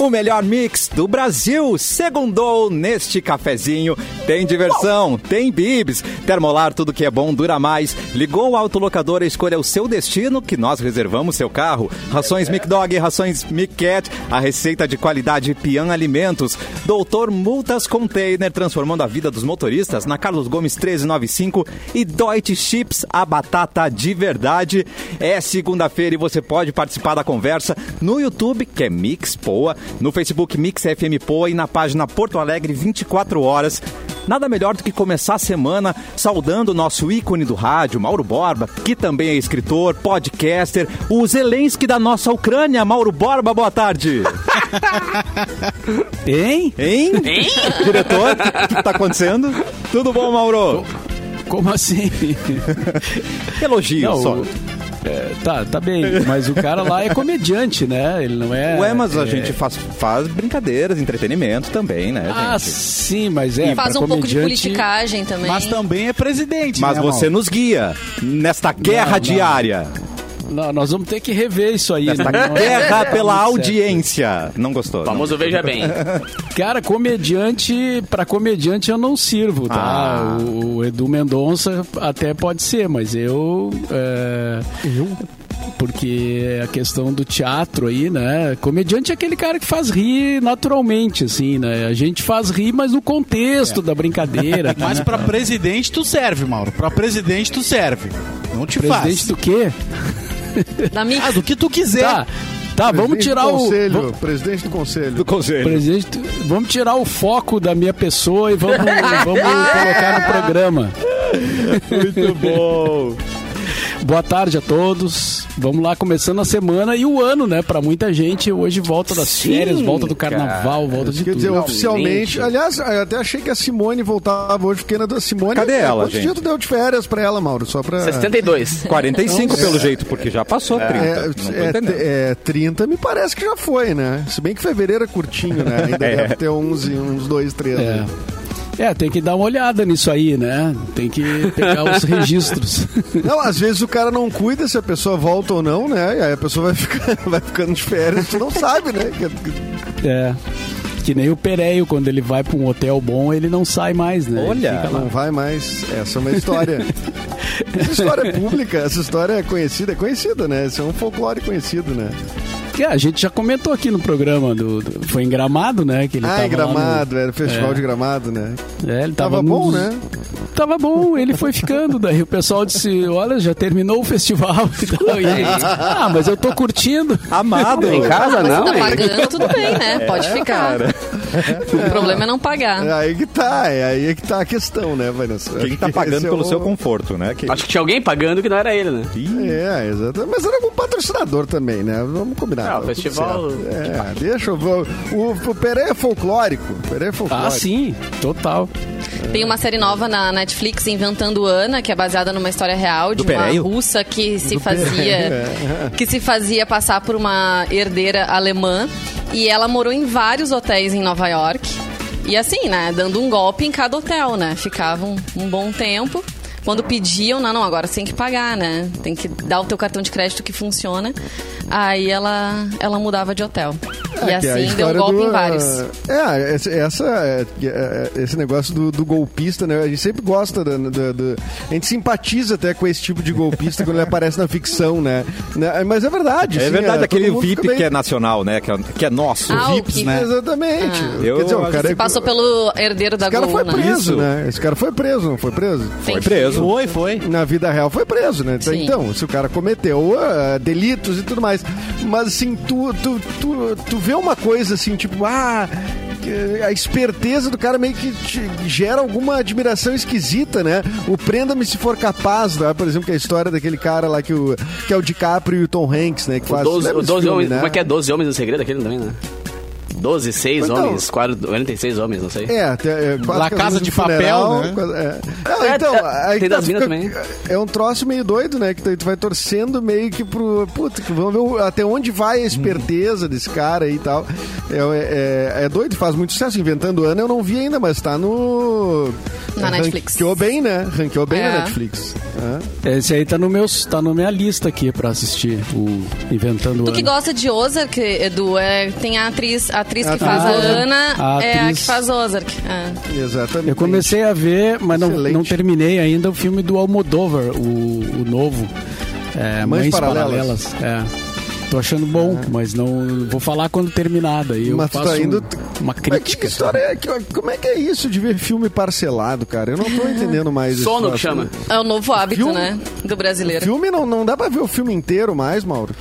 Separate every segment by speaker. Speaker 1: o melhor mix do Brasil. Segundou neste cafezinho. Tem diversão, tem bibs. Termolar, tudo que é bom dura mais. Ligou o autolocador e escolha o seu destino, que nós reservamos seu carro. Rações Mic Dog, rações Mic Cat, a receita de qualidade Pian Alimentos. Doutor Multas Container, transformando a vida dos motoristas na Carlos Gomes 1395 e Deutsche Chips, a batata de verdade. É segunda-feira e você pode participar da conversa no YouTube, que é Mix Poa, no Facebook Mix FM Poa e na página Porto Alegre 24 horas. Nada melhor do que começar a semana saudando o nosso ícone do rádio, Mauro Borba, que também é escritor, podcaster, o Zelensky da nossa Ucrânia, Mauro Borba, boa tarde.
Speaker 2: Hein?
Speaker 1: Hein? Diretor, o que que tá acontecendo? Tudo bom, Mauro?
Speaker 2: Como assim?
Speaker 1: Elogio
Speaker 2: Não,
Speaker 1: só.
Speaker 2: o- é, tá, tá bem. Mas o cara lá é comediante, né? Ele não é.
Speaker 1: Ué, mas a
Speaker 2: é-
Speaker 1: gente faz, faz brincadeiras, entretenimento também, né,
Speaker 2: Ah,
Speaker 1: gente?
Speaker 2: sim, mas é.
Speaker 3: Faz
Speaker 2: pra
Speaker 3: um pouco de
Speaker 2: comediante-
Speaker 3: politicagem também.
Speaker 4: Mas também é presidente,
Speaker 1: Mas
Speaker 4: né,
Speaker 1: você
Speaker 4: Mauro?
Speaker 1: nos guia nesta guerra
Speaker 2: Não, não.
Speaker 1: diária,
Speaker 2: Não, nós vamos ter que rever isso aí.
Speaker 1: nesta
Speaker 2: não
Speaker 1: tá
Speaker 2: é-
Speaker 1: guerra
Speaker 2: não é
Speaker 1: pela
Speaker 2: muito certo.
Speaker 1: audiência. Não gostou? não.
Speaker 5: Famoso Veja Bem.
Speaker 2: Cara, comediante, pra comediante eu não sirvo, tá?
Speaker 1: Ah.
Speaker 2: O, o Edu Mendonça até pode ser, mas eu. Eu? Porque a questão do teatro aí, né? Comediante é aquele cara que faz rir naturalmente, assim, né? A gente faz rir, mas no contexto da brincadeira.
Speaker 4: Mas
Speaker 2: né?
Speaker 4: pra presidente tu serve, Mauro. Pra presidente tu serve. Não te
Speaker 2: Presidente
Speaker 4: faz.
Speaker 2: do quê?
Speaker 3: Da Mix.
Speaker 4: Ah, do que tu quiser.
Speaker 2: Tá, tá vamos
Speaker 6: Presidente
Speaker 2: tirar
Speaker 6: do
Speaker 2: o.
Speaker 6: conselho,
Speaker 2: vamos-
Speaker 6: Presidente do
Speaker 1: do
Speaker 6: conselho.
Speaker 1: conselho.
Speaker 2: Presidente, vamos tirar o foco da minha pessoa e vamos, vamos colocar no programa.
Speaker 1: Muito bom.
Speaker 2: Boa tarde a todos. Vamos lá, começando a semana e o ano, né? Pra muita gente, hoje volta das
Speaker 1: Sim,
Speaker 2: férias, volta do carnaval, volta de
Speaker 6: Quer
Speaker 2: tudo.
Speaker 6: dizer, oficialmente.
Speaker 5: Finalmente.
Speaker 6: Aliás, eu até achei que a Simone voltava hoje, fiquei na da Simone. é,
Speaker 1: Cadê ela,
Speaker 6: Quantos
Speaker 1: gente?
Speaker 6: dias tu deu de férias pra ela, Mauro? Só pra.
Speaker 5: 62.
Speaker 1: 45 pelo jeito, porque já passou 30.
Speaker 6: É,
Speaker 1: não tô
Speaker 6: é,
Speaker 1: entendendo.
Speaker 6: é, 30 me parece que já foi, né? Se bem que fevereiro é curtinho, né? Ainda
Speaker 1: É.
Speaker 6: deve ter uns, e- uns dois, três. né?
Speaker 2: É. É, tem que dar uma olhada nisso aí, né? Tem que pegar os registros.
Speaker 6: Não, às vezes o cara não cuida se a pessoa volta ou não, né? E aí a pessoa vai, ficar, vai ficando de férias, tu não sabe, né? Que-
Speaker 2: É. Que nem o Pereio, quando ele vai pra um hotel bom, ele não sai mais, né? Ele
Speaker 1: Olha.
Speaker 2: fica lá.
Speaker 6: Não vai mais. Essa é uma história. essa história é pública, essa história é conhecida, é conhecida, né? Isso é um folclore conhecido, né?
Speaker 2: É, a gente já comentou aqui no programa, do, do- foi em Gramado, né? Que ele
Speaker 6: ah,
Speaker 2: tava
Speaker 6: em
Speaker 2: lá no-
Speaker 6: Gramado, era o Festival
Speaker 2: É.
Speaker 6: de Gramado, né?
Speaker 2: É, ele tava,
Speaker 6: Tava,
Speaker 2: num
Speaker 6: bom,
Speaker 2: dos-
Speaker 6: né?
Speaker 2: Tava bom, ele foi ficando. Daí o pessoal disse: Olha, já terminou o festival. e tal. E ele, ah, mas eu tô curtindo.
Speaker 1: Amado.
Speaker 5: Em casa
Speaker 3: Mas
Speaker 5: não,
Speaker 3: tá
Speaker 5: hein?
Speaker 3: pagando, tudo bem, né? Pode ficar. O problema é não
Speaker 2: Ah.
Speaker 3: pagar.
Speaker 6: É aí que tá, é aí que tá a questão, né, Vanessa?
Speaker 1: Quem tá
Speaker 6: Esse
Speaker 1: pagando
Speaker 6: é
Speaker 1: pelo
Speaker 6: o-
Speaker 1: seu conforto, né? Que-
Speaker 5: Acho que tinha alguém pagando que não era ele, né?
Speaker 1: Ih,
Speaker 6: É, exato. Mas era algum patrocinador também, né? Vamos combinar.
Speaker 5: Ah, o
Speaker 6: Tá tudo
Speaker 5: festival-
Speaker 6: certo. É, deixa eu ver. O, o Pereira é folclórico. O Pereira é folclórico.
Speaker 2: Ah, sim, total.
Speaker 3: Tem uma série nova na Netflix, Inventando Ana, que é baseada numa história real de
Speaker 1: Do
Speaker 3: uma
Speaker 1: Pereio?
Speaker 3: russa que se
Speaker 6: É.
Speaker 3: fazia que se fazia passar por uma herdeira alemã e ela morou em vários hotéis em Nova York. E assim, né, dando um golpe em cada hotel, né? Ficava um, um bom tempo. Quando pediam, não, não, agora você tem que pagar, né? Tem que dar o teu cartão de crédito que funciona. Aí ela ela mudava de hotel. e
Speaker 6: Que é a
Speaker 3: assim deu um
Speaker 6: história
Speaker 3: golpe
Speaker 6: do,
Speaker 3: em vários.
Speaker 6: ah, É, esse- essa, é, é, esse negócio do, do golpista, né? A gente sempre gosta, da- da- da- a gente simpatiza até com esse tipo de golpista quando ele aparece na ficção, né? Né? Mas é verdade.
Speaker 1: É
Speaker 6: sim,
Speaker 1: verdade,
Speaker 6: todo
Speaker 1: aquele
Speaker 6: mundo
Speaker 1: VIP
Speaker 6: fica meio-
Speaker 1: que é nacional, né? Que é, que é nosso.
Speaker 3: Ah, o
Speaker 1: VIPs,
Speaker 3: que-
Speaker 1: né?
Speaker 6: Exatamente.
Speaker 3: Ah.
Speaker 1: Eu
Speaker 6: Quer dizer, o
Speaker 1: acho
Speaker 6: cara,
Speaker 1: que
Speaker 6: é-
Speaker 3: Se passou pelo herdeiro da
Speaker 6: Esse cara
Speaker 3: Globo,
Speaker 6: foi
Speaker 3: né?
Speaker 6: preso,
Speaker 1: Isso.
Speaker 6: né? Esse cara foi preso, não foi preso?
Speaker 3: Tem
Speaker 1: Foi
Speaker 3: que-
Speaker 1: preso.
Speaker 4: Foi, foi.
Speaker 6: na vida real foi preso, né? Então,
Speaker 3: Sim.
Speaker 6: Então, se o cara cometeu ah, delitos e tudo mais. Mas assim, tu, tu, tu, tu vê uma coisa assim, tipo, ah. que- A esperteza do cara meio que te gera alguma admiração esquisita, né? O Prenda-me se for capaz, né? por exemplo, que é a história daquele cara lá que, o, que é o DiCaprio e o Tom Hanks, né? Que faz,
Speaker 5: Doze-
Speaker 6: lembra desse
Speaker 5: doze
Speaker 6: filme,
Speaker 5: homens,
Speaker 6: né?
Speaker 5: Como é que é 12 homens no segredo aquele também, né? 12, 6
Speaker 6: Então-
Speaker 5: homens, 40, 46 homens, não sei.
Speaker 6: É, tem, é quase
Speaker 4: La
Speaker 6: que às
Speaker 4: Casa
Speaker 6: vezes
Speaker 4: de
Speaker 6: um funeral,
Speaker 4: Papel, né?
Speaker 6: quase- é. Não,
Speaker 5: É,
Speaker 6: então,
Speaker 5: é,
Speaker 6: aí
Speaker 5: tem
Speaker 6: tá,
Speaker 5: das minas
Speaker 6: fica-
Speaker 5: também. né?
Speaker 6: É um troço meio doido, né? Que tu, tu vai torcendo meio que pro. Puta, que vamos ver o- até onde
Speaker 4: Uhum.
Speaker 6: vai a esperteza desse cara aí e tal. É, é, é doido, faz muito sucesso. Inventando Ana eu não vi ainda, mas tá no.
Speaker 3: Na Netflix.
Speaker 6: Ranqueou bem, né? Ranqueou bem
Speaker 3: É.
Speaker 6: na Netflix. É,
Speaker 2: Esse aí tá no, meu, tá na minha lista aqui pra assistir o Inventando
Speaker 3: Tu que
Speaker 2: Ana.
Speaker 3: gosta de Ozark, Edu, é, tem a atriz, a atriz que faz a
Speaker 2: atriz.
Speaker 3: Ana,
Speaker 2: A
Speaker 3: é a que
Speaker 2: atriz.
Speaker 3: faz Ozark. É.
Speaker 6: Exatamente.
Speaker 2: Eu comecei a ver, mas não,
Speaker 6: Excelente.
Speaker 2: não terminei ainda o filme do Almodóvar, o, o novo. É,
Speaker 6: Mães
Speaker 2: Mães,
Speaker 6: Paralelas.
Speaker 2: Paralelas. É. Tô achando bom, mas não vou falar quando terminar. Daí eu
Speaker 6: Mas tu
Speaker 2: faço
Speaker 6: tá indo-
Speaker 2: um- uma
Speaker 6: Mas que
Speaker 2: crítica.
Speaker 6: história é que- Como é que é isso de ver filme parcelado, cara? Eu não tô entendendo mais esse
Speaker 5: Sono que
Speaker 6: troço.
Speaker 5: chama.
Speaker 3: É o novo hábito,
Speaker 6: Filme-
Speaker 3: né? Do brasileiro.
Speaker 6: Filme não, não dá pra ver o filme inteiro mais, Mauro.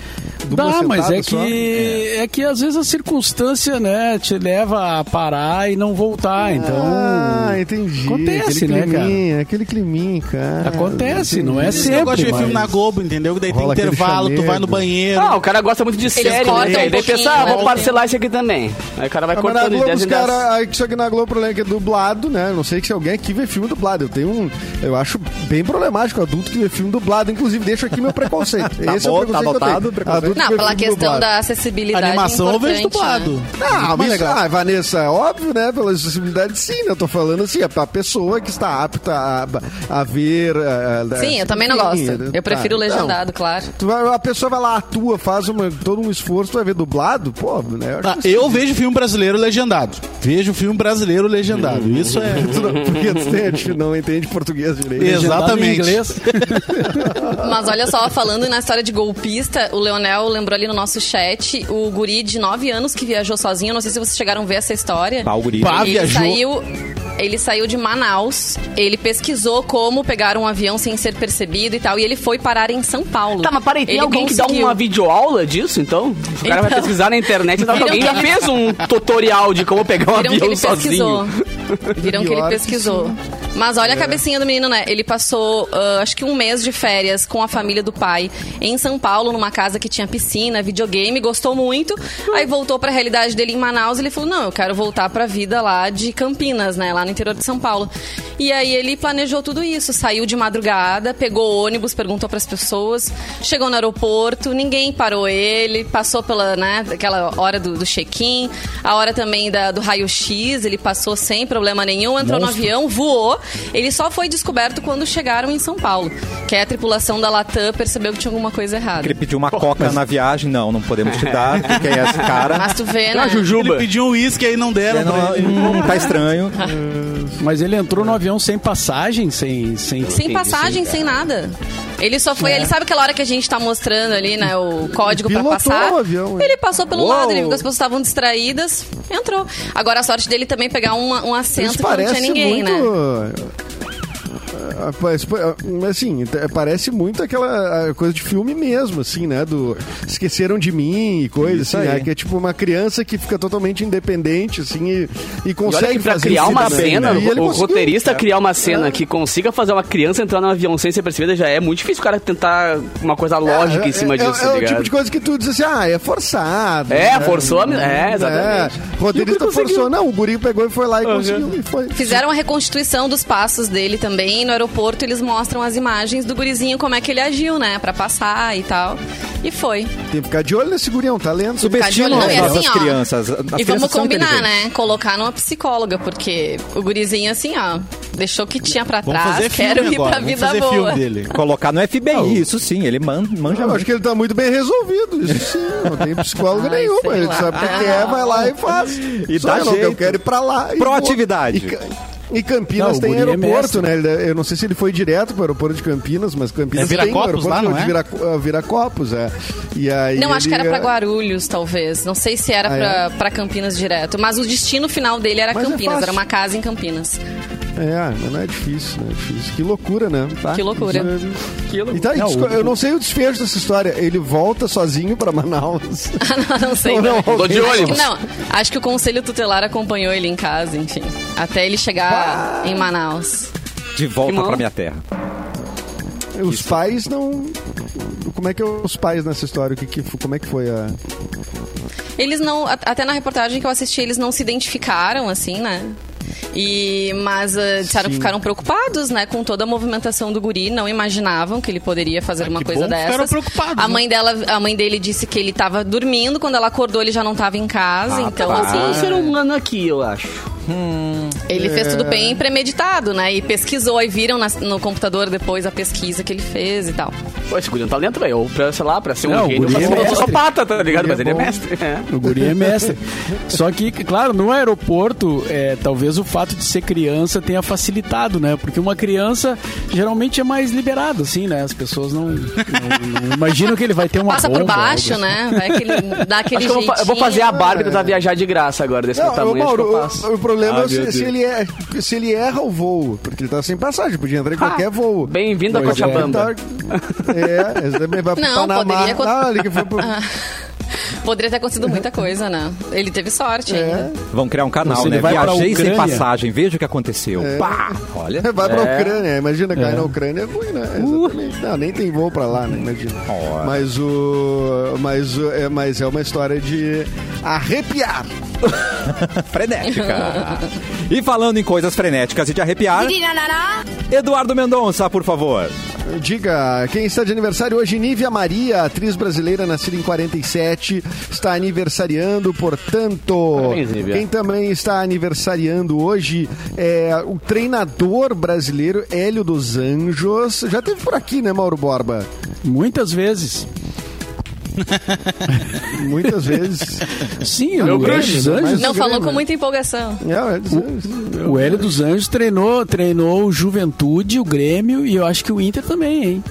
Speaker 6: Dupla
Speaker 2: Dá, mas
Speaker 6: sentada
Speaker 2: é
Speaker 6: só.
Speaker 2: que, é que às vezes a circunstância né, te leva a parar e não voltar. Então.
Speaker 6: Ah,
Speaker 4: é.
Speaker 6: entendi.
Speaker 2: Acontece,
Speaker 6: aquele
Speaker 2: né, cara?
Speaker 6: climinha, Aquele climinha, cara.
Speaker 2: Acontece, não é
Speaker 6: Entendi.
Speaker 2: sempre,
Speaker 4: Eu gosto de ver
Speaker 2: mas-
Speaker 4: filme na Globo, entendeu? Que daí tem
Speaker 6: Rola aquele
Speaker 4: intervalo, tu vai
Speaker 6: chamego.
Speaker 4: no banheiro.
Speaker 5: Ah, o cara gosta muito de série,
Speaker 3: cortam
Speaker 5: né?
Speaker 3: um
Speaker 5: Daí
Speaker 3: pouquinho,
Speaker 5: pensa, ah,
Speaker 3: né?
Speaker 5: vou parcelar esse aqui também. Aí o cara vai
Speaker 6: Ah, mas na
Speaker 5: cortando de
Speaker 6: Globo,
Speaker 5: 10
Speaker 6: os
Speaker 5: em 10.
Speaker 6: cara, aí, só que na Globo o problema é que é dublado, né? Eu Não sei se alguém aqui vê filme dublado. Eu tenho um. Eu acho bem problemático adulto que vê filme dublado. Inclusive, deixa aqui meu preconceito.
Speaker 1: Tá
Speaker 6: Esse é
Speaker 1: bom,
Speaker 6: o preconceito
Speaker 1: tá
Speaker 6: que eu
Speaker 1: anotado,
Speaker 6: tenho.
Speaker 1: preconceito.
Speaker 6: Adulto
Speaker 3: Não,
Speaker 6: que vê
Speaker 3: pela
Speaker 6: filme
Speaker 3: questão
Speaker 6: é dublado.
Speaker 3: da acessibilidade.
Speaker 4: Animação
Speaker 3: é
Speaker 4: eu vejo
Speaker 3: importante,
Speaker 4: dublado.
Speaker 3: né?
Speaker 6: Ah,
Speaker 4: Muito mais
Speaker 6: mas,
Speaker 4: legal.
Speaker 6: ah, Vanessa, é óbvio, né? Pela acessibilidade, sim, né? Eu tô falando assim, é pra pessoa que está apta a, a ver. eh, né? a- a-
Speaker 3: Sim, eu também não gosto.
Speaker 6: enfim,
Speaker 3: Eu prefiro
Speaker 6: tá,
Speaker 3: legendado, claro.
Speaker 6: então, tu vai- a pessoa vai lá, atua, faz uma- todo um esforço, tu vai ver dublado? Pô, né? Eu acho
Speaker 4: Ah,
Speaker 6: que
Speaker 4: eu vejo filme brasileiro legendado. Vejo filme brasileiro legendado. Isso é.
Speaker 6: tu não- Porque tu entende- não entende português direito.
Speaker 4: Exato.
Speaker 2: Legendado em
Speaker 4: exatamente.
Speaker 2: tá inglês.
Speaker 3: Mas olha só, falando na história de golpista, o Leonel lembrou ali no nosso chat o guri de 9 anos que viajou sozinho. Não sei se vocês chegaram a ver essa história.
Speaker 1: Pau, guri.
Speaker 4: Pá,
Speaker 3: ele
Speaker 4: viajou.
Speaker 3: saiu. Ele saiu de Manaus, ele pesquisou como pegar um avião sem ser percebido e tal, e ele foi parar em São Paulo.
Speaker 5: Tá, mas peraí, tem
Speaker 3: Ele
Speaker 5: alguém que dá
Speaker 3: conseguiu.
Speaker 5: uma videoaula disso, então? O cara vai
Speaker 3: Então.
Speaker 5: pesquisar na internet, então
Speaker 3: Viram
Speaker 5: alguém
Speaker 3: que
Speaker 5: já
Speaker 3: ele-
Speaker 5: fez um tutorial de como pegar um
Speaker 3: Viram que
Speaker 5: avião
Speaker 3: ele pesquisou.
Speaker 5: sozinho.
Speaker 3: Viram que ele
Speaker 6: Pior que
Speaker 3: pesquisou. Mas olha a cabecinha do menino, né? Ele passou, ah, acho que um mês de férias com a família do pai em São Paulo, numa casa que tinha piscina, videogame, gostou muito. Aí voltou pra realidade dele em Manaus e ele falou: Não, eu quero voltar pra vida lá de Campinas, né? Lá no interior de São Paulo. E aí ele planejou tudo isso. Saiu de madrugada, pegou ônibus, perguntou pras pessoas, chegou no aeroporto, ninguém parou ele, passou pela, né, aquela hora do, do check-in, a hora também da- do raio-x, ele passou sem problema nenhum, entrou no avião, voou. Ele só foi descoberto quando chegaram em São Paulo, que é a tripulação da Latam percebeu que tinha alguma coisa errada.
Speaker 1: Ele pediu uma coca na viagem. Não, não podemos te dar. porque Quem é esse cara?
Speaker 3: Mas tu vê,
Speaker 5: Ah,
Speaker 3: né?
Speaker 4: Ele
Speaker 5: Jujuba.
Speaker 4: pediu um uísque aí não deram
Speaker 1: É,
Speaker 4: pra
Speaker 1: não,
Speaker 4: ele.
Speaker 1: hum, tá estranho.
Speaker 2: Mas ele entrou no avião sem passagem, sem. sem...
Speaker 3: Sem passagem, sem nada. Ele só foi, ele sabe aquela hora que a gente tá mostrando ali, né, o código pra
Speaker 6: É. Pilotou
Speaker 3: passar.
Speaker 6: o avião, é.
Speaker 3: ele passou pelo
Speaker 1: Uou.
Speaker 3: lado, ele viu que as pessoas estavam distraídas, entrou. Agora a sorte dele também é pegar uma- um assento
Speaker 6: Isso
Speaker 3: que não tinha
Speaker 6: parece
Speaker 3: ninguém,
Speaker 6: muito.
Speaker 3: né?
Speaker 6: Ah, mas, pô, ah, mas, Assim, t- parece muito aquela ah, coisa de filme mesmo, assim, né? Do Esqueceram de Mim e coisa,
Speaker 1: Isso
Speaker 6: assim, né?
Speaker 1: aí.
Speaker 6: Que é tipo uma criança que fica totalmente independente, assim, e, e
Speaker 5: E
Speaker 6: consegue
Speaker 5: olha que pra
Speaker 6: fazer
Speaker 5: criar
Speaker 6: isso
Speaker 5: uma
Speaker 6: também,
Speaker 5: cena,
Speaker 6: né? E ele
Speaker 5: o
Speaker 6: conseguiu.
Speaker 5: roteirista criar uma cena que consiga fazer uma criança entrar num avião sem ser percebida já é muito difícil o cara tentar uma coisa lógica em cima
Speaker 6: é,
Speaker 5: disso,
Speaker 6: é,
Speaker 5: tá
Speaker 6: é o tipo
Speaker 5: ligado?
Speaker 6: de coisa que tu diz assim, ah, é forçado.
Speaker 5: É, forçou a men- é, exatamente. E
Speaker 6: É, roteirista
Speaker 5: o guri conseguiu.
Speaker 6: forçou. Não, o guri pegou e foi lá e conseguiu. E foi.
Speaker 3: Fizeram a reconstituição dos passos dele também, e no aeroporto eles mostram as imagens do gurizinho como é que ele agiu, né, Pra passar e tal. E foi.
Speaker 6: Tem que ficar de olho nesse guri, é um talento.
Speaker 1: Subestimam
Speaker 3: Não,
Speaker 1: as
Speaker 3: e assim,
Speaker 1: nossas
Speaker 3: ó,
Speaker 1: crianças. As
Speaker 3: e
Speaker 1: crianças
Speaker 3: vamos
Speaker 1: são
Speaker 3: combinar,
Speaker 1: inteligentes.
Speaker 3: né? Colocar numa psicóloga, porque o gurizinho, assim, ó, deixou o que tinha pra
Speaker 4: Vamos
Speaker 3: trás,
Speaker 4: fazer filme
Speaker 3: Ah, quero ir
Speaker 4: agora.
Speaker 3: pra
Speaker 4: Vamos
Speaker 3: vida
Speaker 4: fazer
Speaker 3: boa.
Speaker 4: filme dele.
Speaker 1: Colocar no FBI, isso sim, ele man- manja
Speaker 6: Eu acho
Speaker 1: muito.
Speaker 6: que ele tá muito bem resolvido, isso sim. Não tem psicólogo
Speaker 3: Ai,
Speaker 6: nenhuma.
Speaker 3: sei
Speaker 6: Ele
Speaker 3: lá.
Speaker 6: sabe o que que é, vai lá e faz. E
Speaker 1: dá
Speaker 6: eu, não, eu
Speaker 1: jeito.
Speaker 6: quero ir pra lá. e
Speaker 1: Proatividade.
Speaker 6: vou. E Ca- E Campinas
Speaker 2: Não, o
Speaker 6: tem
Speaker 2: guri é mestre.
Speaker 6: aeroporto, né? Ele- Eu não sei se ele foi direto pro aeroporto de Campinas, mas Campinas
Speaker 4: É
Speaker 6: tem um
Speaker 4: Viracopos
Speaker 6: aeroporto
Speaker 4: lá, não é?
Speaker 6: de Viraco- Viracopos, é. E aí
Speaker 3: Não, acho que
Speaker 6: ele- é,
Speaker 3: era pra Guarulhos, talvez. Não sei se era
Speaker 6: Ah,
Speaker 3: pra, pra Campinas direto. Mas o destino final dele era
Speaker 6: Mas é
Speaker 3: Campinas,
Speaker 6: fácil.
Speaker 3: era uma casa em Campinas.
Speaker 6: É, mas não é difícil, não é difícil. Que loucura, né? Tá?
Speaker 3: Que loucura.
Speaker 5: Que loucura.
Speaker 6: E tá aí,
Speaker 2: Não,
Speaker 6: desco- eu não sei o desfecho dessa história. Ele volta sozinho pra Manaus.
Speaker 3: Ah, não sei.
Speaker 6: Ou não,
Speaker 3: também.
Speaker 5: Tô de
Speaker 3: Acho que
Speaker 5: ônibus.
Speaker 3: não. Acho que o conselho tutelar acompanhou ele em casa, enfim. Até ele chegar em Manaus.
Speaker 1: De volta
Speaker 5: Irmão.
Speaker 1: pra minha terra.
Speaker 6: É, Os pais não. Como é que é os pais nessa história? O que que, como é que foi a.
Speaker 3: Eles não. a- Até na reportagem que eu assisti, eles não se identificaram, assim, né? E, mas ah, disseram que
Speaker 6: Sim.
Speaker 3: ficaram preocupados, né, com toda a movimentação do guri, não imaginavam que ele poderia fazer uma
Speaker 4: que
Speaker 3: coisa
Speaker 4: bom que
Speaker 3: dessas.
Speaker 4: ficaram preocupados,
Speaker 3: a mãe dela, a mãe dele disse que ele tava dormindo, quando ela acordou ele já não tava em casa, então
Speaker 5: Ah,
Speaker 3: assim,
Speaker 5: tem um ser humano aqui, eu acho.
Speaker 3: Ele fez tudo bem premeditado, né? E pesquisou, e viram nas- no computador depois a pesquisa que ele fez e tal.
Speaker 5: Pô, esse guri é um talento, velho. Ou pra, sei lá, pra ser um
Speaker 2: Não, o
Speaker 5: gênio,
Speaker 2: guri
Speaker 5: pra
Speaker 2: é
Speaker 5: ser um
Speaker 2: mestre.
Speaker 5: psicopata, tá ligado? Mas ele é
Speaker 2: bom.
Speaker 5: mestre. É.
Speaker 2: O guri é mestre. Só que, claro, no aeroporto, é, talvez o fato de ser criança tenha facilitado, né? Porque uma criança geralmente é mais liberada, assim, né? As pessoas não, não- não imaginam que ele vai ter uma
Speaker 3: Passa por
Speaker 2: bomba,
Speaker 3: baixo,
Speaker 2: algo assim.
Speaker 3: né? Vai que ele dá aquele
Speaker 5: Acho que eu vou, fa- eu
Speaker 3: jeitinho.
Speaker 5: vou
Speaker 3: né?
Speaker 5: fazer a Barbie tentar viajar de graça agora, desse
Speaker 6: Não,
Speaker 5: tamanho,
Speaker 6: ô, Mauro,
Speaker 5: acho que eu
Speaker 6: o-
Speaker 5: passo.
Speaker 6: o, problema
Speaker 1: Ah,
Speaker 6: é se,
Speaker 1: meu
Speaker 6: se
Speaker 1: Deus.
Speaker 6: ele é, se ele erra o voo, porque ele tá sem passagem, podia entrar em qualquer voo.
Speaker 5: Bem-vindo a
Speaker 2: Pois é.
Speaker 5: Cochabamba.
Speaker 6: tá- É, esse também vai pro
Speaker 3: Não,
Speaker 6: Panamá.
Speaker 3: poderia acon-
Speaker 6: Ah, ele que foi pro...
Speaker 3: Poderia ter acontecido muita coisa, né? Ele teve sorte
Speaker 6: É.
Speaker 3: ainda.
Speaker 1: Vão criar um canal,
Speaker 2: Se ele
Speaker 1: né?
Speaker 2: vai pra
Speaker 1: Viajei sem
Speaker 2: Ucrânia. É.
Speaker 1: passagem, veja o que aconteceu. Pá! Olha.
Speaker 6: Vai pra
Speaker 5: É.
Speaker 6: Ucrânia, imagina cair na Ucrânia é ruim, né? Exatamente. Não, nem tem voo pra lá, né? Imagina.
Speaker 1: Ora.
Speaker 6: Mas o. Mas, o- é, mas é uma história de arrepiar.
Speaker 1: Frenética. e falando em coisas frenéticas e de arrepiar, Eduardo Mendonça, por favor.
Speaker 6: Diga, quem está de aniversário hoje? Nívia Maria, atriz brasileira nascida em 47, está aniversariando, portanto.
Speaker 5: Parabéns, Nívia.
Speaker 6: Quem também está aniversariando hoje é o treinador brasileiro Hélio dos Anjos. Já teve por aqui, né, Mauro Borba?
Speaker 2: Muitas vezes.
Speaker 6: Muitas vezes.
Speaker 2: Sim,
Speaker 6: Meu
Speaker 2: o Hélio
Speaker 6: crush.
Speaker 2: dos
Speaker 6: Mas-
Speaker 2: Anjos.
Speaker 3: Não
Speaker 6: Isso é
Speaker 3: falou
Speaker 6: mesmo.
Speaker 3: com muita empolgação.
Speaker 6: É, Hélio dos Anjos.
Speaker 2: O Hélio dos Anjos treinou, treinou o Juventude, o Grêmio e eu acho que o Inter também, hein?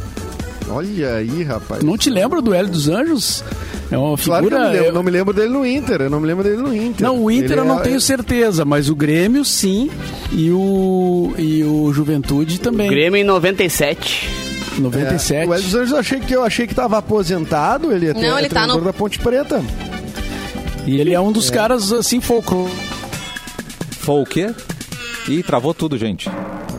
Speaker 6: Olha aí, rapaz.
Speaker 2: Tu não te lembra do Hélio dos Anjos? É uma figura.
Speaker 6: Claro que eu não, me lembro,
Speaker 2: eu-
Speaker 6: não me lembro dele no Inter. Eu não me lembro dele no Inter.
Speaker 2: Não, o Inter
Speaker 6: Ele
Speaker 2: eu não
Speaker 6: é-
Speaker 2: tenho certeza, mas o Grêmio sim e o e o Juventude também.
Speaker 5: Grêmio em 97.
Speaker 6: é.
Speaker 2: 97.
Speaker 6: O Hélio dos Anjos eu achei que eu achei que estava aposentado. Ele é tre-
Speaker 3: Não, ele tá
Speaker 6: treinador
Speaker 3: no-
Speaker 6: da Ponte Preta.
Speaker 2: E ele é um dos caras assim folclor.
Speaker 1: Foi o quê? E travou tudo, gente.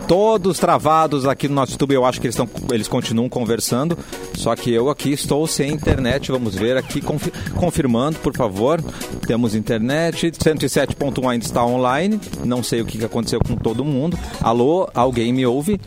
Speaker 1: Todos travados aqui no nosso YouTube. Eu acho que eles, tão, eles continuam conversando. Só que eu aqui estou sem internet. Vamos ver aqui. confi- confirmando, por favor. Temos internet. 107.1 ainda está online. Não sei o que que aconteceu com todo mundo. Alô, alguém me ouve?